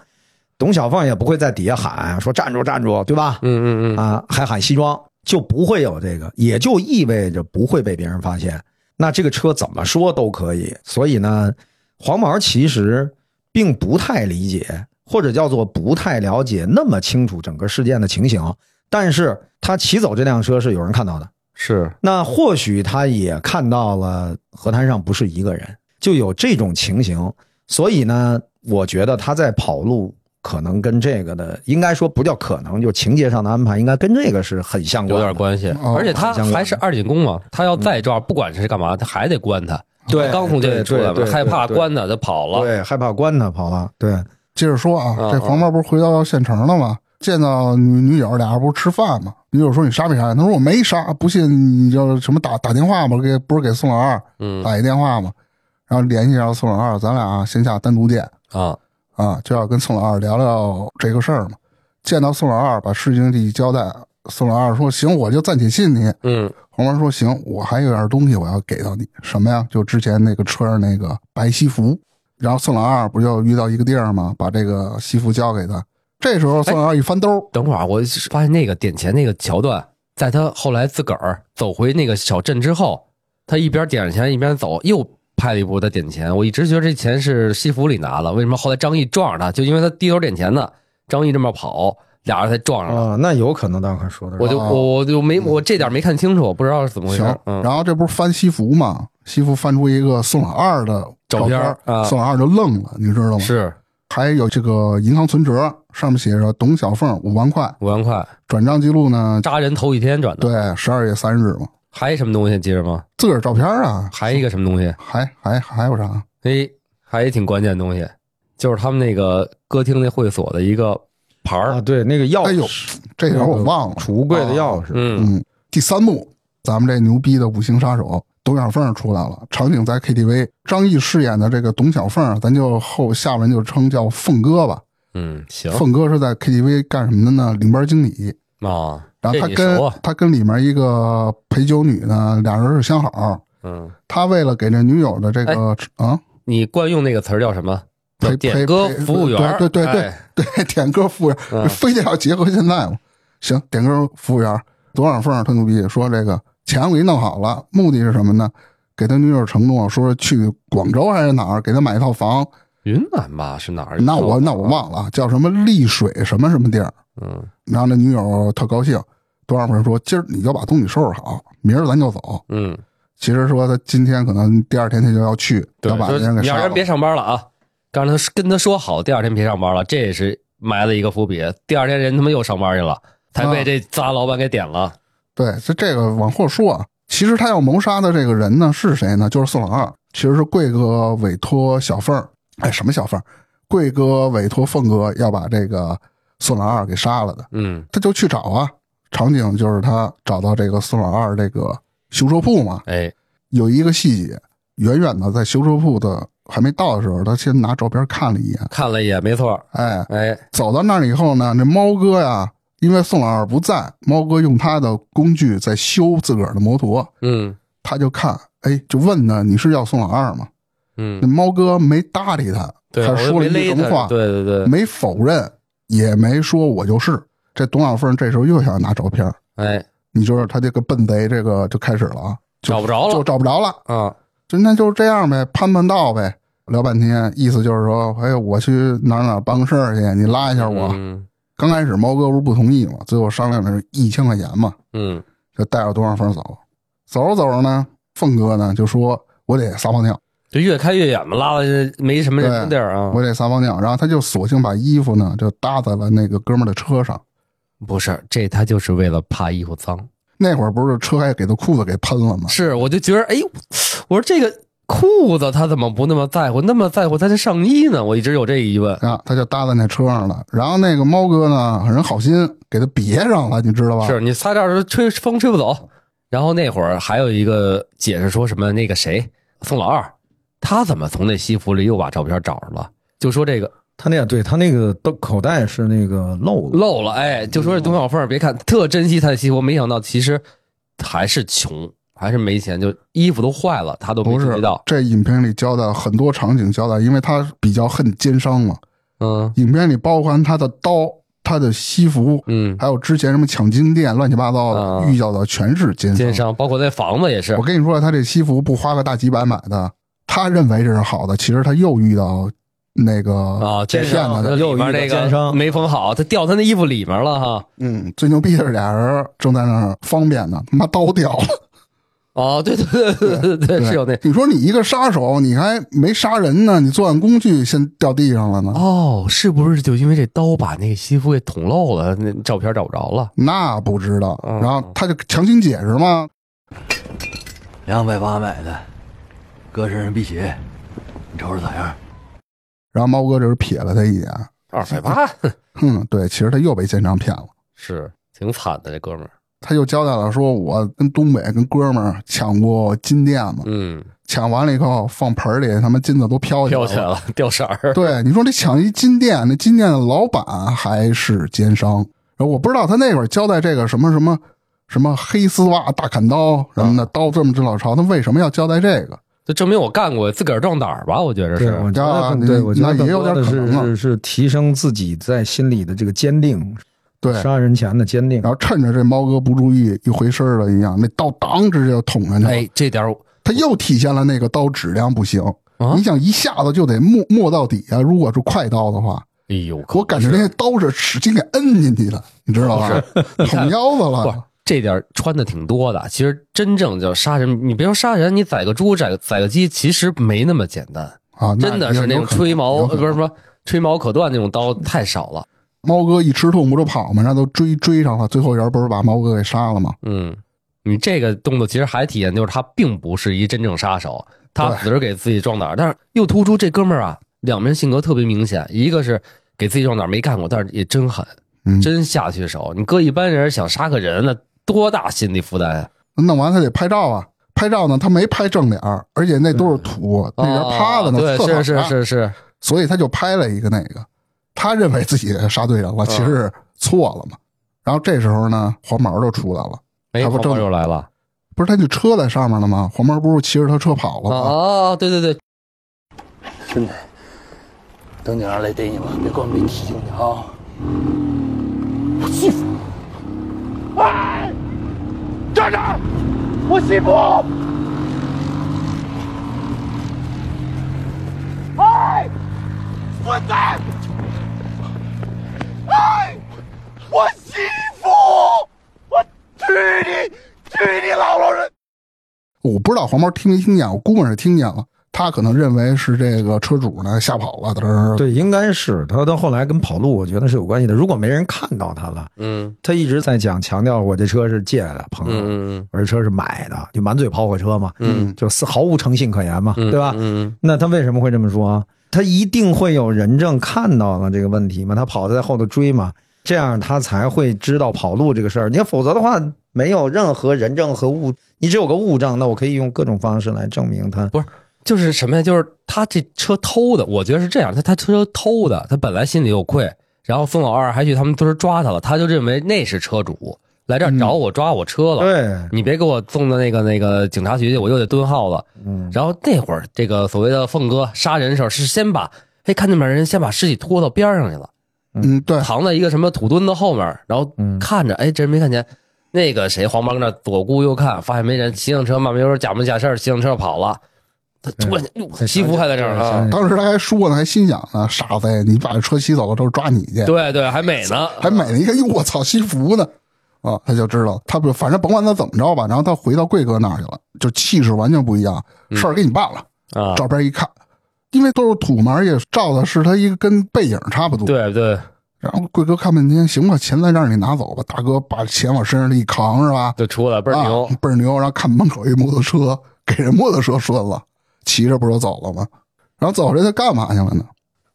董小凤也不会在底下喊说站住站住，对吧？嗯嗯嗯，啊，还喊西装，就不会有这个，也就意味着不会被别人发现。那这个车怎么说都可以，所以呢，黄毛其实并不太理解，或者叫做不太了解那么清楚整个事件的情形。但是他骑走这辆车是有人看到的，是那或许他也看到了河滩上不是一个人，就有这种情形。所以呢，我觉得他在跑路，可能跟这个的，应该说不叫可能，就情节上的安排，应该跟这个是很相有关的。点关系，哦而且他相关还是二进宫嘛，他要再抓，不管是干嘛，他还得关他。对刚从监狱出来嘛，对对对害怕对关他，他跑了。对，害怕关他跑了。对，接着说啊，嗯这黄毛不是回到县城了吗？见到女女友，俩人不是吃饭吗？女友说你杀没杀人？他说我没杀，不信你就什么打打电话吧，给不是给宋老二嗯打一电话吗？然后联系上宋老二，咱俩线下单独见啊，啊，就要跟宋老二聊聊这个事儿嘛。见到宋老二，把事情一交代，宋老二说行，我就暂且信你。嗯黄毛说行，我还有点东西我要给到你，什么呀？就之前那个车上那个白西服。然后宋老二不就遇到一个地儿吗？把这个西服交给他。这哎时候宋老二一翻兜，等会儿啊我发现那个点钱那个桥段，在他后来自个儿走回那个小镇之后，他一边点着钱一边走，又拍了一部他点钱。我一直觉得这钱是西服里拿了，为什么后来张译撞上他？就因为他低头点钱呢，张译这么跑，俩人才撞上了。啊、那有可能大可说的是我就哦我哦我就没我这点没看清楚，不知道是怎么回事行。，嗯然后这不是翻西服吗？西服翻出一个宋老二的照照片啊宋老二就愣了，你知道吗？是还有这个银行存折，上面写着董小凤五万块，五万块，转账记录呢？扎人头一天转的。对，十二月三日嘛，还有什么东西记着吗？自个儿照片啊，还一个什么东西？还还还有啥？哎，还一挺关键的东西，就是他们那个歌厅那会所的一个牌儿。啊，对，那个钥匙，哎呦，这点我忘了。储物柜的钥匙。嗯，嗯，第三幕，咱们这牛逼的五星杀手董小凤出来了，场景在 KTV。张译饰演的这个董小凤，咱就后下文就称叫凤哥吧。嗯，行凤哥是在 KTV 干什么的呢？领班经理。啊，然后这他你跟熟啊，他跟里面一个陪酒女呢，俩人是相好。嗯，他为了给这女友的哎这个啊你惯用那个词儿叫什么？叫陪陪点歌陪服务员儿。对对对对哎对 点歌服务员，嗯非得要结合现在嘛？行，点歌服务员董小凤特牛逼，说这个钱我给你弄好了，目的是什么呢？给他女友承诺，说是去广州还是哪儿，给他买一套房，云南吧是哪儿？那我那我忘了啊叫什么丽水什么什么地儿。嗯然后那女友特高兴，多让夫人说：“今儿你就把东西收拾好，明儿咱就走。嗯，”其实说他今天可能第二天他就要去，对，要把说人家给你要杀人了。别上班了啊，刚才跟他说好，第二天别上班了，这也是埋了一个伏笔。第二天人他妈又上班去了，才被啊这杂老板给点了。对，这这个往后说啊。其实他要谋杀的这个人呢是谁呢？就是宋老二，其实是贵哥委托小凤儿，哎，什么小凤儿？贵哥委托凤哥要把这个宋老二给杀了的。嗯，他就去找啊，场景就是他找到这个宋老二这个修车铺嘛，哎，有一个细节，远远的在修车铺的还没到的时候，他先拿照片看了一眼。看了一眼，没错儿。哎，哎，走到那儿以后呢，那猫哥呀，因为宋老二不在，猫哥用他的工具在修自个儿的摩托，嗯他就看，哎，就问呢，你是要宋老二吗？那嗯，猫哥没搭理他，对，他我说了没一句勒什么他话，对对对，没否认，也没说我就是。这董小凤这时候又想拿照片，哎，你就是他这个笨贼，这个就开始了啊，就找不着就了找不着了。啊，就那就是这样呗，攀攀道呗，聊半天，意思就是说，哎，我去哪儿哪儿办个事儿去，你拉一下我。嗯刚开始猫哥不是不同意嘛，最后商量的是一千块钱嘛，嗯，就带着多少分走。走着走着呢，凤哥呢就说，我得撒泡尿，就越开越远嘛，拉了没什么对人的地儿啊。我得撒泡尿。然后他就索性把衣服呢就搭在了那个哥们儿的车上。不是，这他就是为了怕衣服脏。那会儿不是车还给他裤子给喷了吗？是，我就觉得，哎，我说这个裤子他怎么不那么在乎，那么在乎他的上衣呢？我一直有这疑问。啊，他就搭在那车上了。然后那个猫哥呢，人好心给他别上了，你知道吧？是你撒这儿吹风吹不走。然后那会儿还有一个解释说什么那个谁宋老二，他怎么从那西服里又把照片找着了？就说这个他那对他那个兜口袋是那个漏的，漏了，哎，就说这董小凤儿别看特珍惜他的西服，没想到其实还是穷，还是没钱，就衣服都坏了，他都没不注是意到。这影片里交代很多场景交代，因为他比较恨奸商嘛。嗯影片里包含他的刀、他的西服，嗯，还有之前什么抢金店、乱七八糟啊的，遇到的全是嗯奸奸商包括那房子也是我，跟你说，他这西服不花个大几百买的，他认为这是好的，其实他又遇到那个啊，这骗是子的。里面那又遇到奸个商没缝好，他掉他那衣服里面了哈。嗯，最牛逼的是俩人正在那儿方便呢，他妈刀掉了。哦，对对对对对对，是有那你说你一个杀手，你还没杀人呢，你作案工具先掉地上了呢。哦，是不是就因为这刀把那个西服给捅漏了？那照片找不着了。那不知道，嗯然后他就强行解释嘛，两百八买的，搁身上辟邪，你瞅瞅咋样？然后猫哥这是瞥了他一眼，二百 八，哼，对，其实他又被奸商骗了。是挺惨的这哥们儿。他又交代了，说我跟东北跟哥们儿抢过金店嘛，嗯，抢完了以后放盆儿里，他妈金子都飘飘来起来了。了，掉色 儿。对，你说这抢一金店，那金店的老板还是奸商。然后我不知道他那会儿交代这个什么什么什么黑丝袜、大砍刀什啊么的，刀这么之老潮，他为什么要交代这个？就证明我干过，自个儿壮胆儿吧，我觉着对，是。我觉啊得更你对，我觉得那也更有多点的可是能啊是是提升自己在心里的这个坚定，对，啊是杀人前的坚定然。后趁着这猫哥不注意，一回身儿了一样，那刀当直接就捅上去了。哎，这点儿他又体现了那个刀质量不行。啊你想一下子就得没没到底啊！如果是快刀的话，哎呦，我感觉那刀是使劲给摁进去的，你知道吧？ 捅腰子不是了。这点儿穿的挺多的。其实真正叫杀人，你别说杀人，你宰个猪、宰个宰个鸡，其实没那么简单。啊，真的是那那种吹毛呃不不是什么吹毛可断那种刀太少了。猫哥一吃痛不就跑吗？然后都追追上了，最后人不是把猫哥给杀了吗？嗯，你这个动作其实还体现就是他并不是一真正杀手，他对只是给自己壮胆儿，但是又突出这哥们儿啊，两面性格特别明显，一个是给自己壮胆儿没干过，但是也真狠，嗯，真下去手。你搁一般人想杀个人，那多大心理负担啊！弄完他得拍照啊，拍照呢他没拍正脸儿，而且那都是土，那人趴着呢，侧哦躺对，着是是是是，所以他就拍了一个那个，他认为自己杀对人嗯了，其实错了嘛。然后这时候呢，黄毛就出来了，哎，他黄不毛正又来了不是他那车在上面了吗？黄毛不是骑着他车跑了啊吗？啊！对对对，孙子，等警察来逮你了，别光没提醒你啊！我媳妇，哎，站着！我媳妇，哎，道黄毛听没听见，我估摸是听见了。他可能认为是这个车主呢吓跑了，嘚儿对，应该是他到后来跟跑路，我觉得是有关系的。如果没人看到他了，嗯他一直在讲强调我这车是借来的，朋友，嗯我这车是买的，就满嘴跑火车嘛，嗯，就是毫无诚信可言嘛，嗯，对吧？嗯那他为什么会这么说啊？他一定会有人证看到了这个问题嘛？他跑在后头追嘛？这样他才会知道跑路这个事儿。你看，否则的话，没有任何人证和物，你只有个物证，那我可以用各种方式来证明他。就是什么呀？就是他这车偷的，我觉得是这样，他他车偷的，他本来心里有愧，然后宋老二还去他们村抓他了，他就认为那是车主来这儿找我抓我车了，对，你别给我送到那个那个警察局去，我又得蹲号了。嗯，然后那会儿，这个所谓的凤哥杀人的时候，是先把哎看见面人先把尸体拖到边上去了，嗯，对， 藏在一个什么土墩子后面，然后嗯看着哎这人没看见，那个谁黄毛跟那左顾右看，发现没人，骑上车慢慢悠悠假模假式骑上车跑了。他嗯突然间，哟，西服还在这儿啊！当时他还说呢，还心想呢，傻子，你把这车骑走了，之后抓你去，对对，还 美呢。还买了一个，哟，哎我操，西服呢。啊，他就知道，他不，反正甭管他怎么着吧，然后他回到贵哥那儿去了，就气势完全不一样，事儿给你办了。嗯啊，照片一看，因为都是土嘛，而且照的是他一个跟背影差不多。对对然后贵哥看半天，行吧，钱咱让你拿走吧，大哥把钱往身上一扛是吧？就出来倍儿牛啊，倍儿牛。然后看门口一摩托车，给人摩托车拴了，骑着不是就走了吗？然后走着他干嘛去了呢？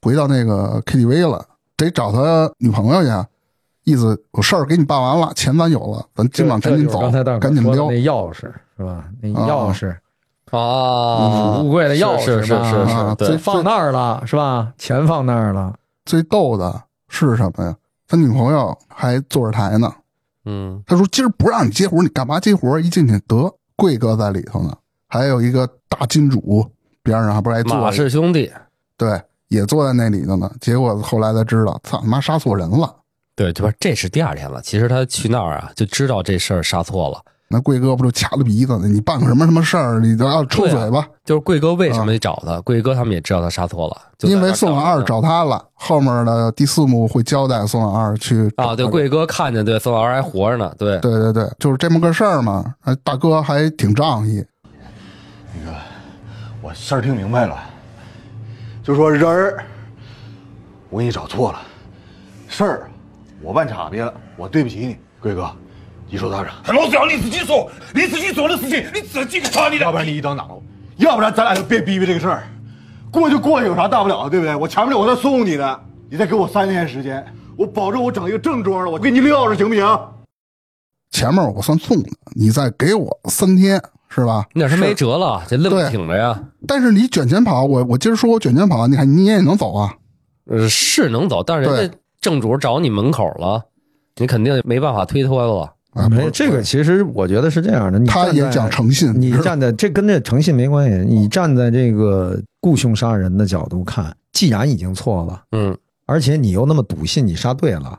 回到那个 KTV 了，得找他女朋友去啊。意思有事儿给你办完了，钱咱有了，咱今晚赶紧走刚才大，赶紧嗯说的撩那。钥匙是吧？那钥匙，嗯啊！物柜的钥匙是是是嘛是啊是，对最嗯放那儿了是吧？钱放那儿了，最逗的是什么呀？他女朋友还坐着台呢。嗯他说今儿不让你接活，你干嘛接活？一进去得贵哥在里头呢，还有一个大金主边上还不是还坐着马氏兄弟，对，也坐在那里头呢。结果后来才知道，操他妈杀错人了。对，这不是这是第二天了。其实他去那儿啊，就知道这事儿杀错了。那贵哥不就卡了鼻子呢？你办个什么什么事儿，你都要抽嘴巴，就是贵哥为什么去找他？贵哥他们也知道他杀错了，就在啊因那嗯为儿宋老二他找他了。后面的第四幕会交代宋老二去啊，对，找他贵哥看见对宋老二还活着呢，对，对对对，就是这么个事儿嘛。哎，大哥还挺仗义，我事儿听明白了，就说人儿，我给你找错了，事儿我办岔别了，我对不起你，贵哥，你说咋整？老子要你自己说，你自己做的事情，你自己查你要的不。然你一刀拿我，要不然咱俩就别逼逼这个事儿，过就过去，有啥大不了的，对不对？我强不了我再送你的，你再给我三天时间，我保证我整一个正装的，我给你撂着行不行？前面我算送的，你再给我三天是吧？那是没辙了，这对愣挺着呀。但是你卷钱跑，我我今儿说我卷钱跑，你看你也能走啊。呃，是能走，但是人家正主找你门口了，你肯定没办法推脱了。啊，不没是这个，其实我觉得是这样的。你他站也在讲诚信，你知道站在这跟这诚信没关系。你站在这个雇凶杀人的角度看，既然已经错了，嗯，而且你又那么笃信你杀对了，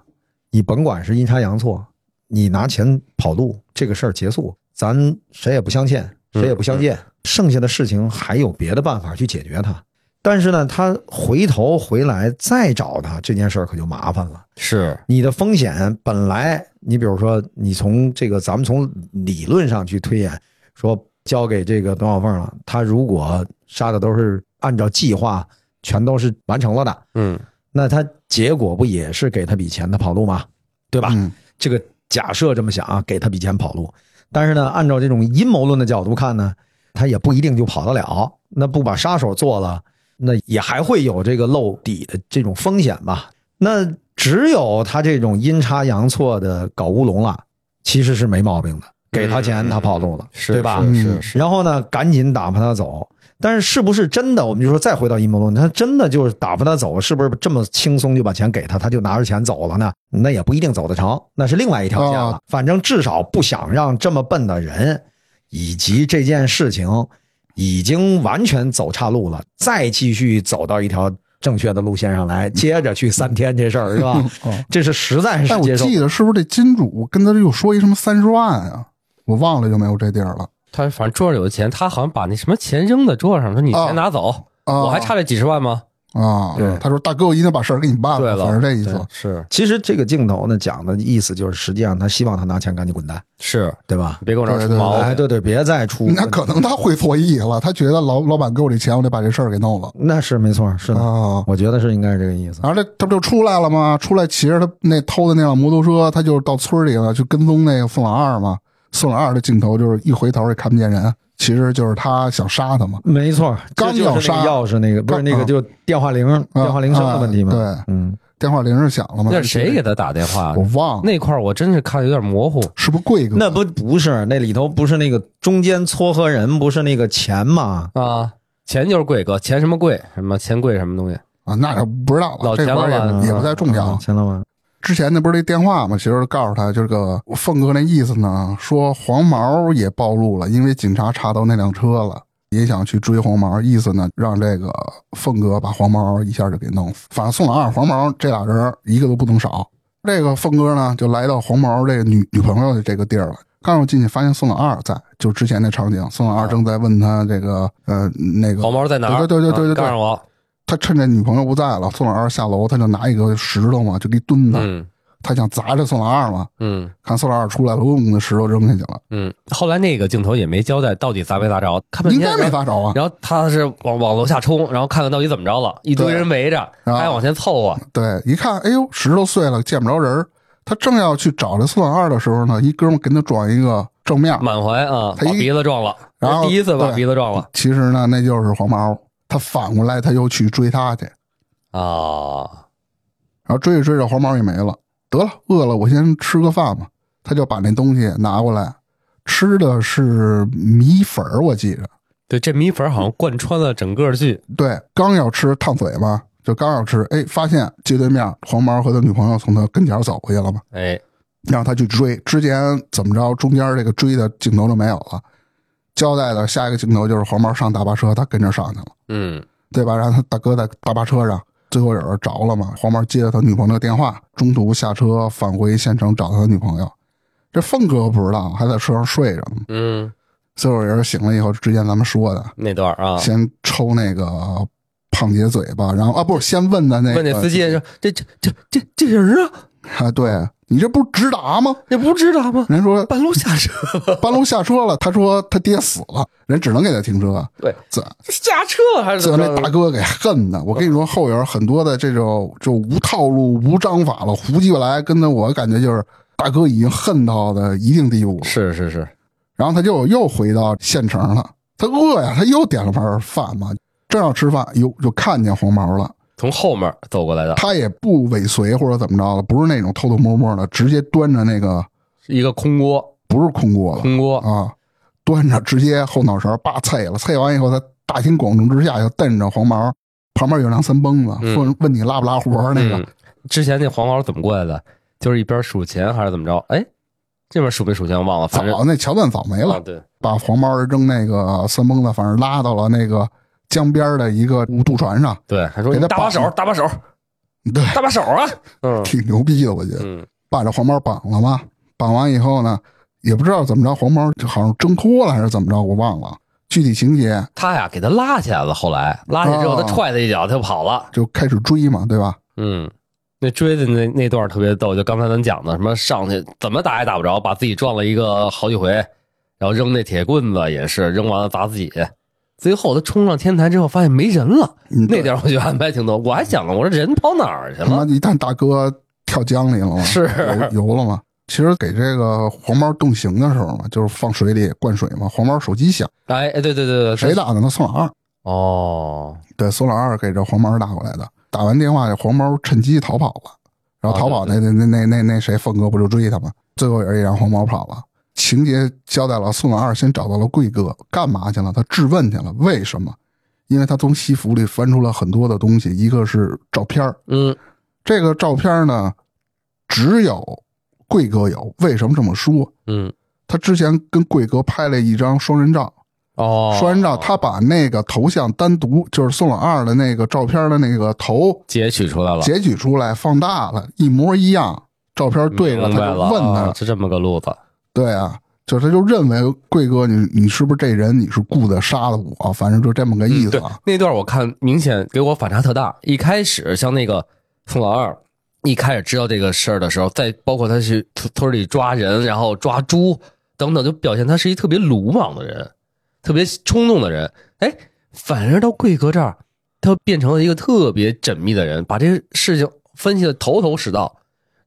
你甭管是阴差阳错，你拿钱跑路，这个事儿结束，咱谁也不相欠，嗯谁也不相见。剩下的事情还有别的办法去解决它。但是呢，他回头回来再找他这件事儿可就麻烦了。是，你的风险本来，你比如说，你从这个咱们从理论上去推演，说交给这个董小凤了，他如果杀的都是按照计划，全都是完成了的，嗯，那他结果不也是给他笔钱，他跑路吗？对吧？嗯这个假设这么想啊，给他笔钱跑路，但是呢，按照这种阴谋论的角度看呢，他也不一定就跑得了。那不把杀手做了，那也还会有这个露底的这种风险吧？那只有他这种阴差阳错的搞乌龙了，其实是没毛病的。给他钱，他跑路了，嗯是对吧？是嗯是是，然后呢，赶紧打发他走。但是是不是真的？我们就说再回到阴谋论，他真的就是打发他走，是不是这么轻松就把钱给他，他就拿着钱走了呢？那也不一定走得成，那是另外一条线了。哦反正至少不想让这么笨的人，以及这件事情已经完全走岔路了，再继续走到一条正确的路线上嗯来，接着去三天这事儿 是吧？这是实在是哦但我接受记得是不是这金主跟他又说一什么三十万啊？我忘了有没有这地儿了。他反正桌上有钱，他好像把那什么钱扔在桌上，说你啊先拿走，啊我还差这几十万吗？啊。对他说：“大哥，我一定把事儿给你办对了，反正这意对思。是其实这个镜头呢，讲的意思就是，实际上他希望他拿钱赶紧滚蛋，是，对吧？别跟我这儿对出对毛哎，病。对对，别再出。哦那可能他会错意了，他觉得老老板给我这钱，我得把这事儿给弄了那是没错，嗯是的，啊。我觉得是应该是这个意思。然后这他不就出来了吗？出来骑着他那偷的那辆摩托车，他就到村里了，去跟踪那个宋老二嘛。宋老二的镜头就是一回头也看不见人，其实就是他想杀他嘛。没错，刚这就是要那个杀钥匙那个不是刚那个，啊就电话铃、电话铃声的问题嘛。啊啊嗯，电话铃儿响了嘛？那是谁给他打电话我？忘了，那块儿我真是看的有点模糊。是不是贵哥？那不不是那里头不是那个中间撮合人不是那个钱吗？啊，钱就是贵哥，钱什么贵，什么钱贵什么东西，啊，那就不知道了，老这钱嗯块儿老也板也不太重要。啊钱老板，之前那不是那电话嘛，其实告诉他，就是个凤哥那意思呢，说黄毛也暴露了，因为警察查到那辆车了，也想去追黄毛，意思呢让这个凤哥把黄毛一下就给弄死。反正宋老二、黄毛这俩人一个都不能少。这个凤哥呢就来到黄毛这个女女朋友的这个地儿了。刚要进去，发现宋老二在，就之前那场景，宋老二正在问他这个呃那个黄毛在哪对儿？对对对对对啊告诉我。他趁着女朋友不在了，宋老二下楼，他就拿一个石头嘛，就给蹲他，嗯他想砸这宋老二嘛。嗯看宋老二出来了，嗡的石头扔下去了，嗯。后来那个镜头也没交代到底砸没砸着，看半应天该没。砸着啊。然后他是往往楼下冲，然后看看到底怎么着了，一堆对人围着，然后还往前凑合。对，一看，哎呦，石头碎了，见不着人儿。他正要去找这宋老二的时候呢，一哥们跟他撞一个正面，满怀啊，他一把鼻子撞了，然后第一次把对鼻子撞了其实呢，那就是黄毛。他反过来，他又去追他去，啊，然后追着追着，黄毛也没了。得了，饿了，我先吃个饭吧。他就把那东西拿过来，吃的是米粉儿，我记着。对，这米粉好像贯穿了整个剧，对，刚要吃烫嘴嘛，就刚要吃，哎，发现街对面黄毛和他女朋友从他跟前走过去了嘛，哎，让他去追。之前怎么着，中间这个追的镜头就没有了。交代的下一个镜头就是黄毛上大巴车，他跟着上去了，嗯对吧？然后他大哥在大巴车上，最后有人着了嘛，黄毛接了他女朋友的电话，中途下车返回县城找他女朋友。这凤哥不知道，还在车上睡着呢。嗯，最后有人醒了以后，之前咱们说的，那段啊，先抽那个啊胖姐嘴巴，然后啊，不是先问的那个问那司机说：“这这这这这人啊，啊，对你这不是直达吗？你不知道吗？人 说半路下车，半路下车了，他说他爹死了，人只能给他停车。对，这下车还是这怎么那着大哥给恨的，我跟你说，后边很多的这种就无套路、无章法了，胡鸡巴来，跟着我感觉就是大哥已经恨到的一定地步了。是是是，然后他就又回到县城了，他饿呀，他又点了盘饭嘛，正要吃饭，哟，就看见黄毛了。从后面走过来的，他也不尾随或者怎么着了，不是那种偷偷摸摸的，直接端着那个一个空锅，不是空锅了空锅，啊，端着直接后脑勺叭啐了，啐完以后他大庭广众之下就瞪着黄毛，旁边有辆三蹦子，嗯问问你拉不拉活儿那个，嗯之前那黄毛怎么过来的？就是一边数钱还是怎么着？哎，这边数没数钱我忘了，反正早那桥段早没啊，了，对，把黄毛扔那个三蹦子，反正拉到了那个江边的一个渡船上，对，还说给你他搭把手，绑搭把手，对，搭把手啊，嗯挺牛逼的，我觉得。嗯，把这黄毛绑了嘛。绑完以后呢，也不知道怎么着，黄毛就好像挣脱了还是怎么着，我忘了具体情节，他呀给他拉起来了，后来拉起来之后，哦他踹他一脚，他就跑了，就开始追嘛，对吧？嗯。那追的那那段特别逗，就刚才咱讲的，什么上去怎么打也打不着，把自己撞了一个好几回，然后扔那铁棍子也是扔完了砸自己，最后他冲上天台之后发现没人了，嗯那点儿我觉得安排挺多，我还想了，我说人跑哪儿去他妈了？一旦大哥跳江里了嘛，是游游了嘛。其实给这个黄毛定型的时候嘛，就是放水里灌水嘛。黄毛手机响，哎哎，对对对对，谁对？打的呢？宋老二，哦，对，宋老二给这黄毛打过来的。打完电话，这黄毛趁机逃跑了，然后逃跑哦那对那那那那那谁凤哥不就追他吗？最后也是让黄毛跑了。情节交代了，宋老二先找到了贵哥，干嘛去了？他质问去了，为什么？因为他从西服里翻出了很多的东西，一个是照片儿嗯，这个照片儿呢，只有贵哥有。为什么这么说？嗯，他之前跟贵哥拍了一张双人照，哦，双人照，他把那个头像单独，就是宋老二的那个照片的那个头截取出来了，截取出来，放大了，一模一样，照片对着，明他白就了，问啊他，是这么个路子，对啊，就是他就认为贵哥你你是不是这人你是雇的杀了我，反正就这么个意思嗯对啊。，那段我看明显给我反差特大。一开始像那个宋老二，一开始知道这个事儿的时候，再包括他去村村里抓人，然后抓猪等等，就表现他是一特别鲁莽的人，特别冲动的人。哎，反而到贵哥这儿，他变成了一个特别缜密的人，把这个事情分析的头头是道。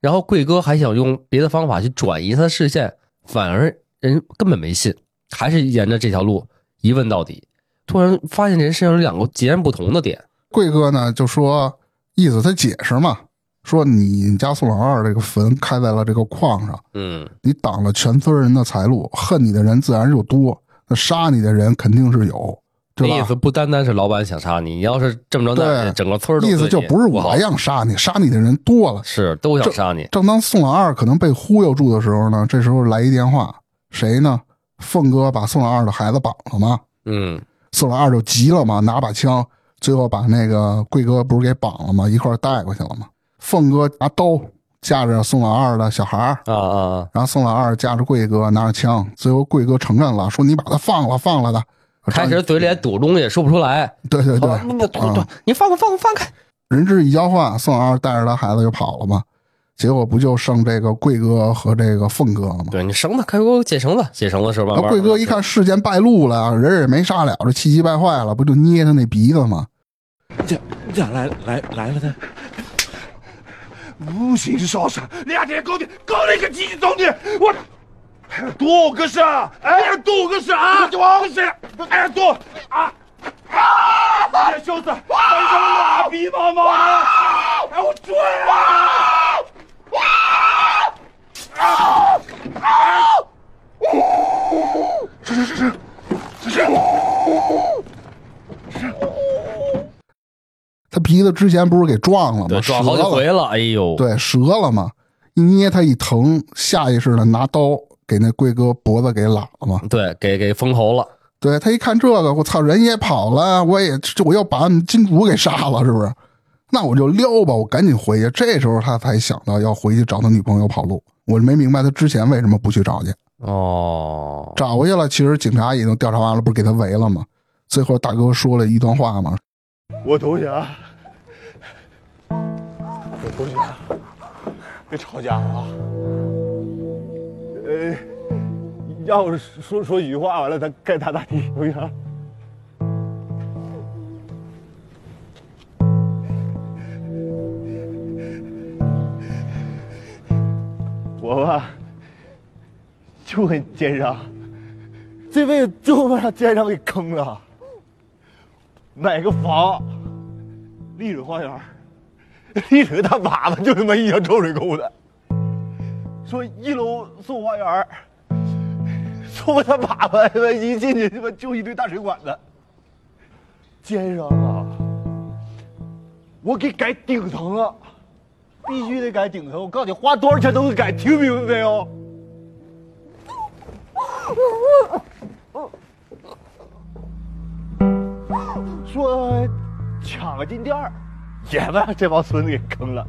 然后贵哥还想用别的方法去转移他的视线，反而人根本没信，还是沿着这条路一问到底。突然发现这人身上有两个截然不同的点。贵哥呢就说意思他解释嘛，说你家宋老二这个坟开在了这个矿上，嗯，你挡了全村人的财路，恨你的人自然就多，那杀你的人肯定是有，这对意吧思？不单单是老板想杀你，你要是这么着那对整个村儿都意思就对你不是好我想杀你，杀你的人多了。是都想杀你。正当宋老二可能被忽悠住的时候呢，这时候来一电话，谁呢？凤哥把宋老二的孩子绑了吗？嗯，宋老二就急了嘛，拿把枪，最后把那个贵哥不是给绑了吗？一块儿带过去了吗？凤哥拿刀架着宋老二的小孩儿，啊啊啊，然后宋老二架着贵哥拿着枪，最后贵哥承认了，说你把他放了，放了的。开始嘴里还堵东西说不出来，对对对好，那那啊堵堵，你放开放开放开。人质一交换，宋老二带着他孩子就跑了嘛。结果不就剩这个贵哥和这个凤哥了吗？对你绳子，快给我解绳子，解绳子的时候慢然后慢。贵哥一看事件败露了，人也没杀了，这气急败坏了，不就捏他那鼻子吗？你咋来来来了呢？无形烧杀，两天搞定，搞定个鸡鸡总你，我还多个啥？哎，多个啥？多个啥？哎，多啊！啊！你小子，你个傻逼妈妈的！哎，我追啊！他鼻子之前不是给撞了吗？对折抓好几了回了，哎呦，对，折了嘛，一捏他一疼，下意识的拿刀给那贵哥脖子给拉了嘛。对，给给封喉了。对他一看这个，我操，人也跑了，我也这我要把俺们金主给杀了，是不是？那我就溜吧，我赶紧回去。这时候他才想到要回去找他女朋友跑路，我就没明白他之前为什么不去找去。哦，找回去了，其实警察已经调查完了，不是给他围了吗？最后大哥说了一段话嘛，我投降，我投降，别吵架啊！呃，要是说说几句话，完了咱该打打的，投降。我吧，就很奸商，这辈子就把奸商给坑了，买个房。丽水花园儿，丽水大粑粑就他妈一条臭水沟子。说一楼送花园儿，送他粑粑，他妈一进去他妈就一堆大水管子。奸商啊！我给改顶层了，必须得改顶层。我告诉你，花多少钱都得改，听明白没有？说抢个金店儿，也把 这帮孙子给坑了。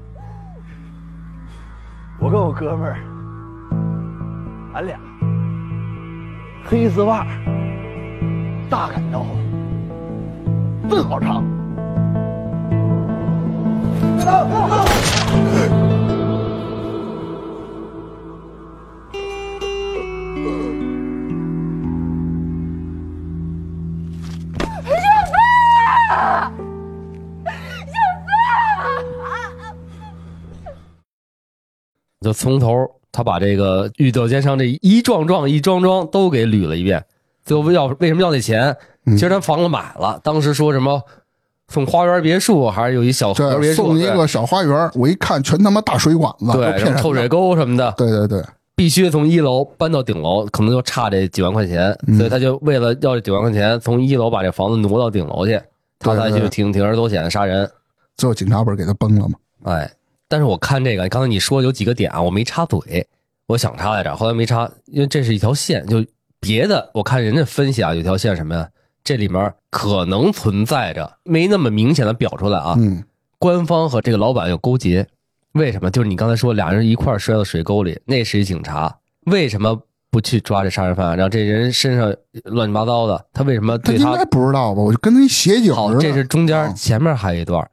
我跟我哥们儿，俺俩黑丝袜、大砍刀、笨好长。就从头他把这个遇到奸商这一幢幢一桩桩都给捋了一遍，最后要为什么要那钱？嗯其实他房子买了，当时说什么送花园别墅，还是有一小河边别这墅，送一对个小花园，我一看全他妈大水管子，都对骗什么人臭水的。沟什么的，对对对，必须从一楼搬到顶楼，可能就差这几万块钱，嗯所以他就为了要这几万块钱，从一楼把这房子挪到顶楼去，他对才对去铤铤而走险杀人。最后警察不是给他崩了吗？哎，但是我看这个，刚才你说有几个点啊，我没插嘴，我想插来着，后来没插，因为这是一条线，就别的我看人家分析啊，有条线是什么呀？这里面可能存在着没那么明显的表出来啊，嗯，官方和这个老板有勾结，为什么？就是你刚才说俩人一块儿摔到水沟里，那是一警察，为什么不去抓这杀人犯，然后这人身上乱七八糟的，他为什么他对应他该不知道吧？我就跟那协警好似？的。这是中间嗯前面还有一段，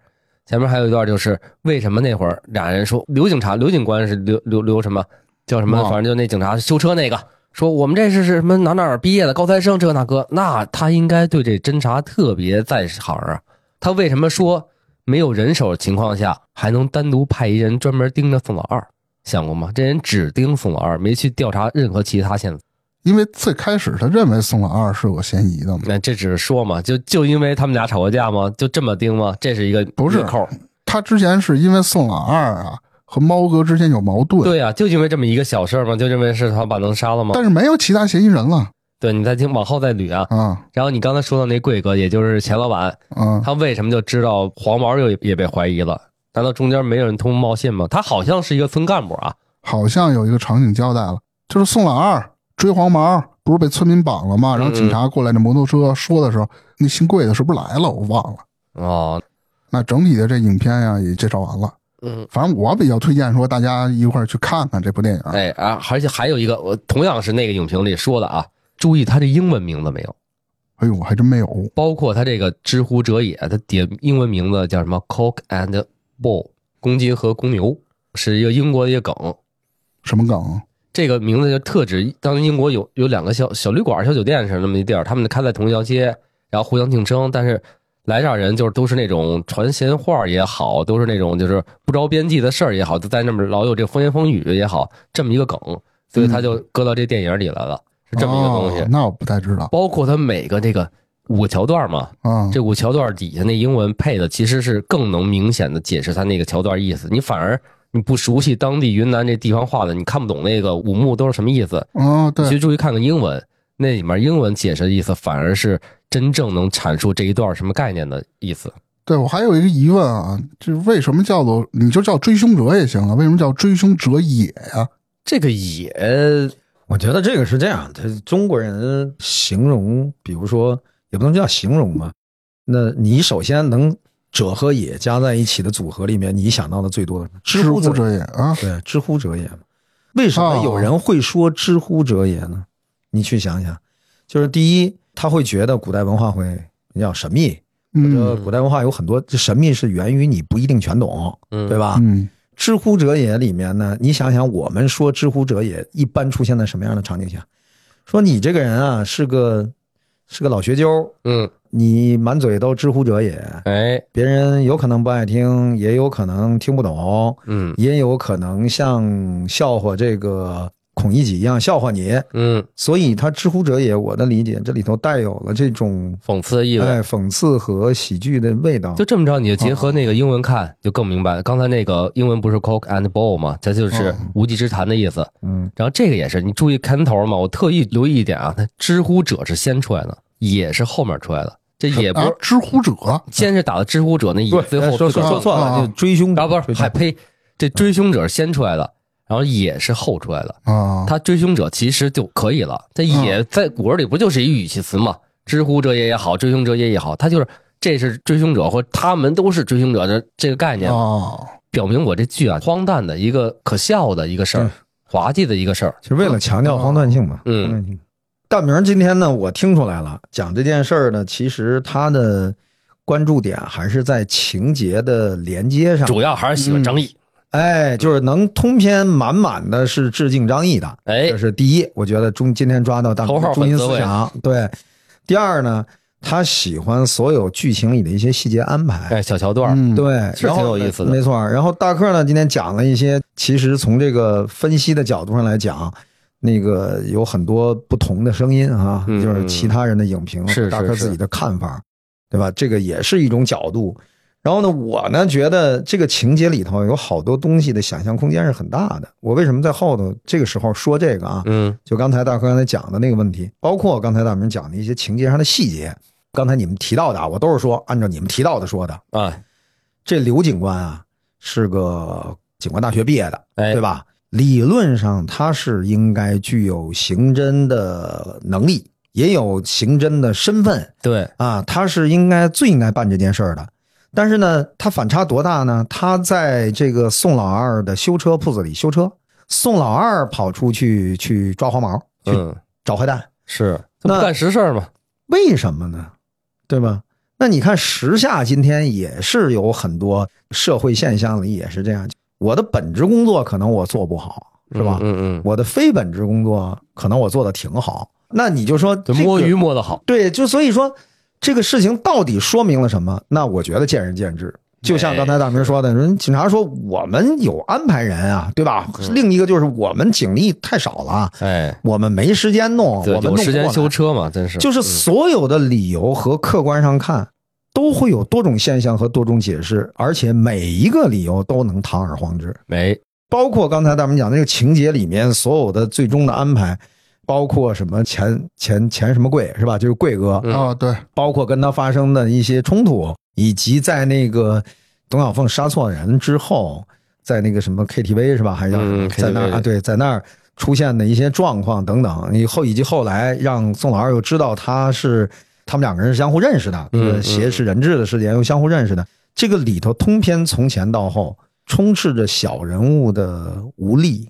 前面还有一段就是为什么那会儿俩人说刘警察、刘警官是刘刘刘什么叫什么忘，了反正就那警察修车那个说我们这是是什么哪哪儿毕业的高材生这个那个，那他应该对这侦查特别在行啊。他为什么说没有人手的情况下还能单独派一人专门盯着宋老二？想过吗？这人只盯宋老二，没去调查任何其他线索。因为最开始他认为宋老二是有嫌疑的嘛，那这只是说嘛，就就因为他们俩吵过架吗？就这么盯吗？这是一个不是纽扣。他之前是因为宋老二啊和猫哥之间有矛盾，对呀、啊就因为这么一个小事儿嘛，就认为是他把能杀了吗但？是没有其他嫌疑人了对，你再听往后再捋啊。啊然后你刚才说到那贵哥，也就是钱老板，啊！他为什么就知道黄毛又也被怀疑了？难道中间没有人通风报信吗？他好像是一个村干部啊，好像有一个场景交代了，就是宋老二追黄毛，不是被村民绑了嗯吗？然后警察过来那摩托车说的时候，那姓贵的是不是来了？我忘了。哦，那整体的这影片呀、也介绍完了，嗯，反正我比较推荐说大家一块儿去看看这部电影。哎啊，而且还有一个，我同样是那个影评里说的啊，注意他这英文名字没有，哎呦，我还真没有。包括他这个“知乎者也”，他点英文名字叫什么 “cock and bull”，公鸡和公牛，是一个英国的一个梗。什么梗？啊这个名字就特指当时英国有有两个小小旅馆、小酒店是那么一地儿，他们开在同一条街，然后互相竞争，但是来这儿人就是都是那种传闲话也好，都是那种就是不着边际的事儿也好，就在那么老有这风言风语也好，这么一个梗，所以他就搁到这电影里来了，是这么一个东哦西。那我不太知道包括他每个这个五个桥段嘛，啊。这五桥段底下那英文配的其实是更能明显的解释它那个桥段意思，你反而你不熟悉当地云南这地方话的，你看不懂那个五幕都是什么意思，啊，对你，去注意看看英文，那里面英文解释的意思反而是真正能阐述这一段什么概念的意思。对我还有一个疑问啊，这为什么叫做你就叫追凶者也行啊？为什么叫追凶者也呀、这个也我觉得这个是这样，他中国人形容，比如说也不能叫形容吧，那你首先能者和也加在一起的组合里面，你想到的最多的是知知乎乎者者也啊，对，知乎者也嘛。为什么哦有人会说知乎者也呢？你去想想，就是第一，他会觉得古代文化会比较神秘，嗯呃，古代文化有很多这神秘是源于你不一定全懂，嗯对吧？嗯，知乎者也里面呢，你想想，我们说知乎者也一般出现在什么样的场景下？说你这个人啊，是个是个老学究，嗯，你满嘴都知乎者也，哎，别人有可能不爱听，也有可能听不懂，嗯也有可能像笑话这个孔乙己一样笑话你。嗯，所以他知乎者也，我的理解这里头带有了这种讽刺的意味。哎讽刺和喜剧的味道就。这么着，你就结合那个英文看，就更明白了。刚才那个英文不是 cock and bull 吗？它就是无稽之谈的意思。嗯，然后这个也是，你注意开头嘛，我特意留意一点啊，它知乎者是先出来的，也是后面出来的，这也不啊是，知乎者先是打的知乎者那也最后哎说自说个儿说错啊了，就追凶啊，不追是凶还呸，这追凶者是先出来的，然后也是后出来的，啊，他追凶者其实就可以了，他啊也在古文里不就是一语气词嘛，知乎者也也好，追凶者也也好，他就是这是追凶者或者他们都是追凶者的这个概念，啊哦，表明我这剧啊荒诞的一个可笑的一个事儿嗯，滑稽的一个事儿，就为了强调荒诞性嘛。嗯荒诞性。大明儿今天呢，我听出来了，讲这件事儿呢，其实他的关注点还是在情节的连接上。主要还是喜嗯欢张译，哎，就是能通篇满满的是致敬张译的，哎这是第一。我觉得中今天抓到大明头号的粉丝中心思想，对。第二呢，他喜欢所有剧情里的一些细节安排，哎小桥段儿，嗯，对，是然后挺有意思的没错。然后大克呢，今天讲了一些，其实从这个分析的角度上来讲，那个有很多不同的声音啊，嗯就是其他人的影评，是是大克是自己的看法，对吧？这个也是一种角度。然后呢，我呢觉得这个情节里头有好多东西的想象空间是很大的。我为什么在后头这个时候说这个啊？嗯就刚才大哥刚才讲的那个问题，包括刚才大明讲的一些情节上的细节，刚才你们提到的啊，我都是说按照你们提到的说的。啊，这刘警官啊，是个警官大学毕业的，哎对吧？理论上他是应该具有刑侦的能力，也有刑侦的身份对，啊，他是应该最应该办这件事儿的。但是呢，他反差多大呢？他在这个宋老二的修车铺子里修车，宋老二跑出去去抓黄毛，去嗯，找坏蛋，是他不那干实事儿嘛，为什么呢？对吧？那你看时下今天也是有很多社会现象里也是这样，我的本职工作可能我做不好，是吧？嗯嗯，我的非本职工作可能我做的挺好，那你就说、对这个摸鱼摸得好，对，就所以说这个事情到底说明了什么？那我觉得见仁见智。就像刚才大明说的，人警察说我们有安排人啊，对吧？嗯另一个就是我们警力太少了，哎，我们没时间弄，我对，们有弄时间不过来修车嘛，真是，就是所有的理由和客观上看，都会有多种现象和多种解释，而且每一个理由都能堂而皇之。没，包括刚才咱们讲的这个情节里面所有的最终的安排，包括什么钱钱钱什么贵是吧？就是贵哥，嗯啊，对，包括跟他发生的一些冲突，以及在那个董小凤杀错人之后，在那个什么 KTV 是吧？还是叫什么嗯在那儿 KTV 啊？对，在那儿出现的一些状况等等，以后以及后来让宋老二又知道他是他们两个人是相互认识的，这嗯个挟持人质的事件又相互认识的，这个里头通篇从前到后充斥着小人物的无力，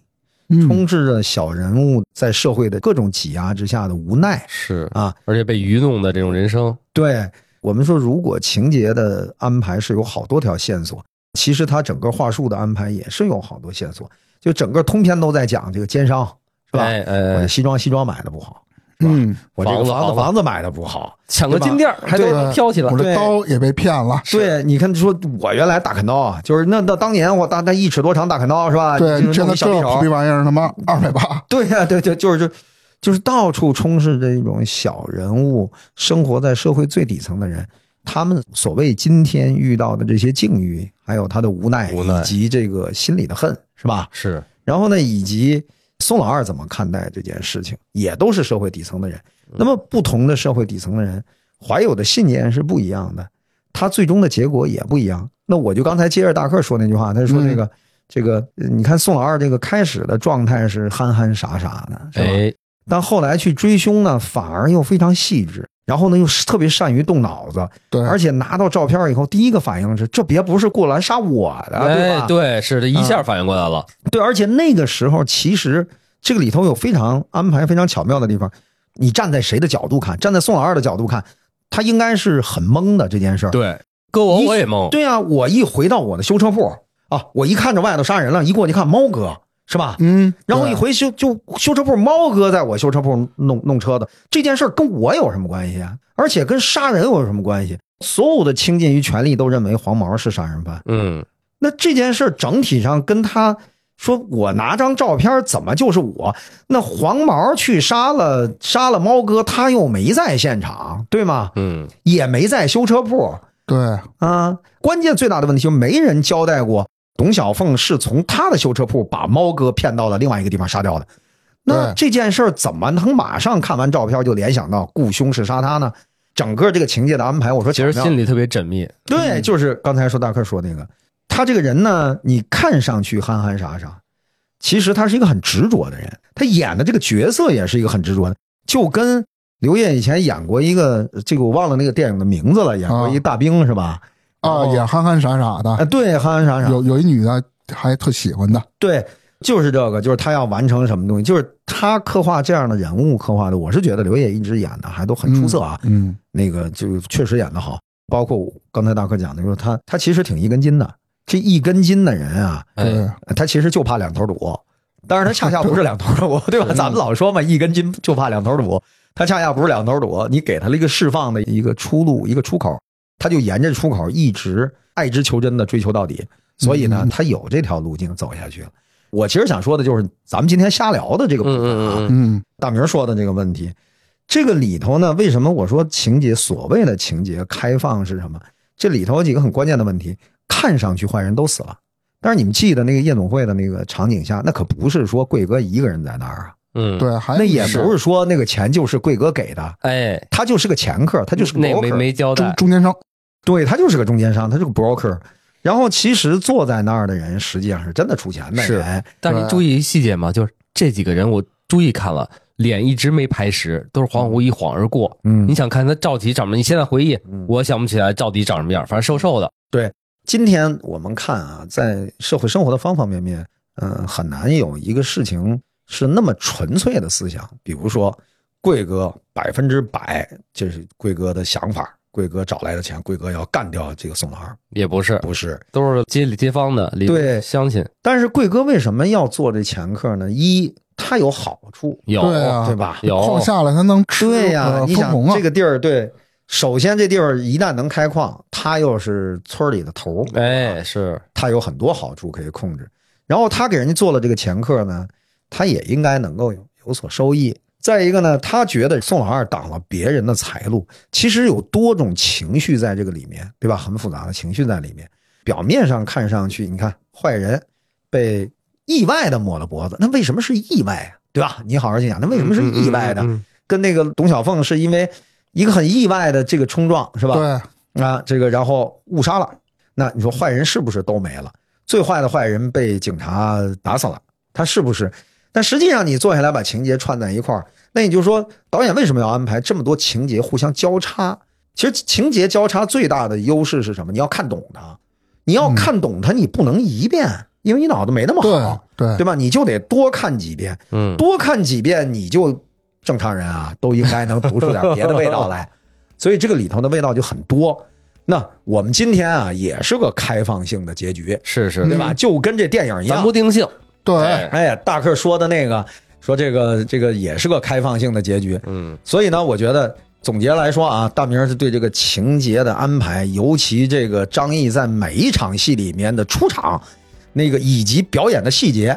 嗯，充斥着小人物在社会的各种挤压之下的无奈是，啊。而且被愚弄的这种人生，对我们说，如果情节的安排是有好多条线索，其实它整个话术的安排也是有好多线索，就整个通篇都在讲这个奸商，是吧？哎哎我哎的，西装西装买的不好，嗯，我这个房子房房子子房子买的不好。抢个对吧金店儿还都对能飘起来我，这对刀也被骗了，对，你看，说我原来大砍刀啊，就是那那当年我大那一尺多长大砍刀是吧？对，啊就是现在弄一小这嗯匕苦逼首。玩意儿他妈二百八，对呀、对对，就是就就是到处充斥着一种小人物，生活在社会最底层的人，他们所谓今天遇到的这些境遇，还有他的无奈，无奈以及这个心里的恨，是吧？是然后呢，以及宋老二怎么看待这件事情，也都是社会底层的人。那么，不同的社会底层的人怀有的信念是不一样的，他最终的结果也不一样。那我就刚才接着大克说那句话，他嗯说这个、这个，呃你看宋老二这个开始的状态是憨憨傻傻的，是吧？哎，但后来去追凶呢，反而又非常细致，然后呢又是特别善于动脑子，嗯对，而且拿到照片以后，第一个反应是这别不是过来杀我的，啊对吧？嗯哎，对，是的，一下反应过来了，对，而且那个时候其实这个里头有非常安排非常巧妙的地方。你站在谁的角度看？站在宋老二的角度看，他应该是很懵的这件事儿。对，搁我一我也懵，对啊，我一回到我的修车铺啊，我一看着外头杀人了，一过去看猫哥是吧？嗯，然后对一回修就修车铺，猫哥在我修车铺弄弄车的这件事儿跟我有什么关系啊？而且跟杀人有什么关系？所有的倾尽于全力都认为黄毛是杀人犯，嗯，那这件事儿整体上跟他说我拿张照片儿怎么就是我？那黄毛去杀了杀了猫哥，他又没在现场，对吗？嗯，也没在修车铺对，啊。关键最大的问题就是没人交代过董小凤是从他的修车铺把猫哥骗到了另外一个地方杀掉的。那对这件事儿怎么能马上看完照片就联想到雇凶是杀他呢？整个这个情节的安排，我说其实巧妙心里特别缜密，对，嗯就是刚才说大克说那个，他这个人呢，你看上去憨憨傻傻，其实他是一个很执着的人。他演的这个角色也是一个很执着的，就跟刘烨以前演过一个，这个我忘了那个电影的名字了，演过一大兵是吧？啊，也憨憨傻傻啊，的，对，憨憨傻傻，有有一女的还特喜欢的，对，就是这个，就是他要完成什么东西，就是他刻画这样的人物刻画的，我是觉得刘烨一直演的还都很出色啊。嗯，那个就确实演得好。包括我刚才大哥讲的，就是他他其实挺一根筋的，这一根筋的人啊，哎，对，他其实就怕两头堵，但是他恰恰不是两头 堵，对吧？咱们老说嘛，一根筋就怕两头堵，他恰恰不是两头堵，你给他了一个释放的一个出路，一个出口，他就沿着出口一直爱之求真的追求到底。嗯所以呢，他有这条路径走下去了。我其实想说的就是，咱们今天瞎聊的这个部嗯分啊，嗯嗯嗯，大明说的这个问题，这个里头呢，为什么我说情节所谓的情节开放是什么？这里头有几个很关键的问题。看上去坏人都死了，但是你们记得那个夜总会的那个场景下，那可不是说贵哥一个人在那儿啊，嗯，嗯，对，还那也是不是说那个钱就是贵哥给的，哎，他就是个掮客，他就是个那 broker 没没交代中，中间商，对他就是个中间商，他是个 broker。然后其实坐在那儿的人实际上是真的出钱的是人，但是您对注意细节嘛，就是这几个人我注意看了，脸一直没排实，都是恍惚一晃而过。嗯你想看他赵体长什么？你现在回忆，我想不起来赵体长什么样，反正瘦瘦的。今天呃我们看啊，在社会生活的方方面面，嗯、很难有一个事情是那么纯粹的思想，比如说贵哥百分之百这是贵哥的想法，贵哥找来的钱，贵哥要干掉这个宋老二，也不是，不是。都是街里街坊的，里对乡亲但是贵哥为什么要做这前客呢？一，他有好处，有对啊对吧？有矿下来才能吃对呀、呃你分想红啊这。个地儿，对，首先这地儿一旦能开矿，他又是村里的头儿，哎，是他有很多好处可以控制。然后他给人家做了这个掮客呢，他也应该能够有有所收益。再一个呢，他觉得宋老二挡了别人的财路，其实有多种情绪在这个里面，对吧？很复杂的情绪在里面。表面上看上去，你看坏人被意外的抹了脖子，那为什么是意外啊？对吧？你好好去想，那为什么是意外的？嗯嗯嗯嗯跟那个董小凤是因为一个很意外的这个冲撞，是吧？对，啊，这个然后误杀了，那你说坏人是不是都没了？最坏的坏人被警察打死了，他是不是？但实际上你坐下来把情节串在一块儿，那你就说导演为什么要安排这么多情节互相交叉？其实情节交叉最大的优势是什么？你要看懂它，你要看懂它，你不能一遍，因为你脑子没那么对好，对对吧？你就得多看几遍，嗯，多看几遍你就正常人啊，都应该能读出点别的味道来。所以这个里头的味道就很多。那我们今天啊，也是个开放性的结局，是是，对吧？就跟这电影一咱样不，定性，对，哎哎，大克说的那个，说这个这个也是个开放性的结局。嗯，所以呢，我觉得总结来说啊，大明是对这个情节的安排，尤其这个张译在每一场戏里面的出场，那个以及表演的细节，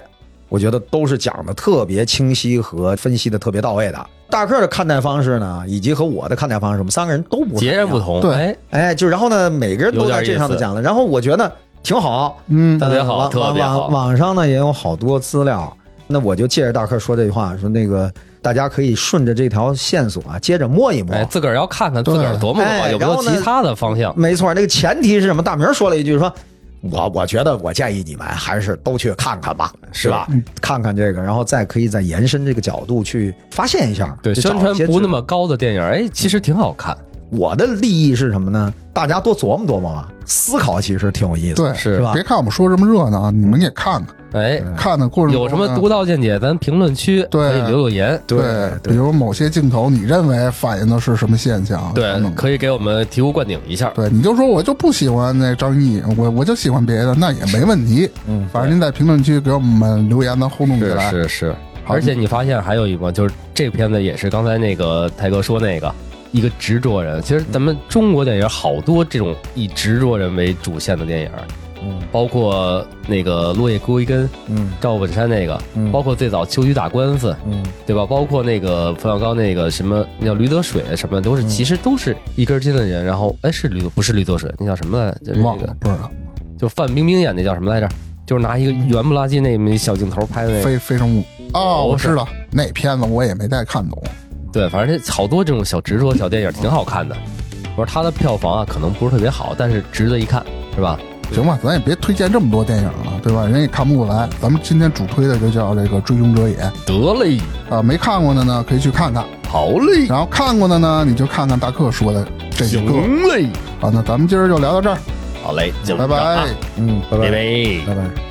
我觉得都是讲的特别清晰和分析的特别到位的。大克的看待方式呢，以及和我的看待方式，我们三个人都不太一截样然不。同，对哎，哎，就然后呢，每个人都在这上头讲了，然后我觉得挺好。嗯，特别好网特别好网网上呢也有好多资料，那我就借着大克说这句话，说那个大家可以顺着这条线索啊，接着摸一摸。哎，自个儿要看看，自对个儿琢磨琢磨，哎有没然有后呢其他的方向，没错，那个前提是什么？大明说了一句说。我我觉得，我建议你们还是都去看看吧，是吧？嗯看看这个，然后再可以再延伸这个角度去发现一下。对，去找宣一传些嗯不知那么高的电影，哎，其实挺好看，我的利益是什么呢？大家多琢磨琢磨吧，思考其实挺有意思。对，是吧别看我们说这么热闹啊，你们也看看，哎，嗯看的过程中有什么呢独到见解，咱评论区对可以留留言，对，比如某些镜头，你认为反映的是什么现象？啊等对，等可以给我们提供灌顶一下，对，你就说我就不喜欢那张译，我我就喜欢别的，那也没问题。嗯，反正您在评论区给我们留言，咱互动起是来。是是，而且你发现还有一个，就是这片子也是刚才那个泰哥说那个一个执着人。其实咱们中国电影好多这种以执着人为主线的电影，嗯，包括那个《落叶归根》，嗯，赵本山那个，嗯包括最早秋菊打官司，嗯，对吧？包括那个冯小刚那个什么那叫驴得水什么，都是其实都是一根筋的人。然后哎，是驴得不是驴得水，那叫什么来着？就是那忘个了，不知道，就范冰冰演那叫什么来着？就是拿一个圆不拉几那么一小镜头拍的那个。非非诚勿扰。哦，我知道那片子我也没太看懂。对，反正这好多这种小执着小电影挺好看的。我说它的票房啊，可能不是特别好，但是值得一看，是吧？行吧，咱也别推荐这么多电影了，对吧？人也看不过来。咱们今天主推的就叫这个《追凶者也》啊、得嘞，没看过的呢可以去看看，好嘞，然后看过的呢你就看看大克说的这几个。行嘞，好，那咱们今儿就聊到这儿，好嘞，就拜这么着啊拜。嗯，拜拜拜，拜。拜拜。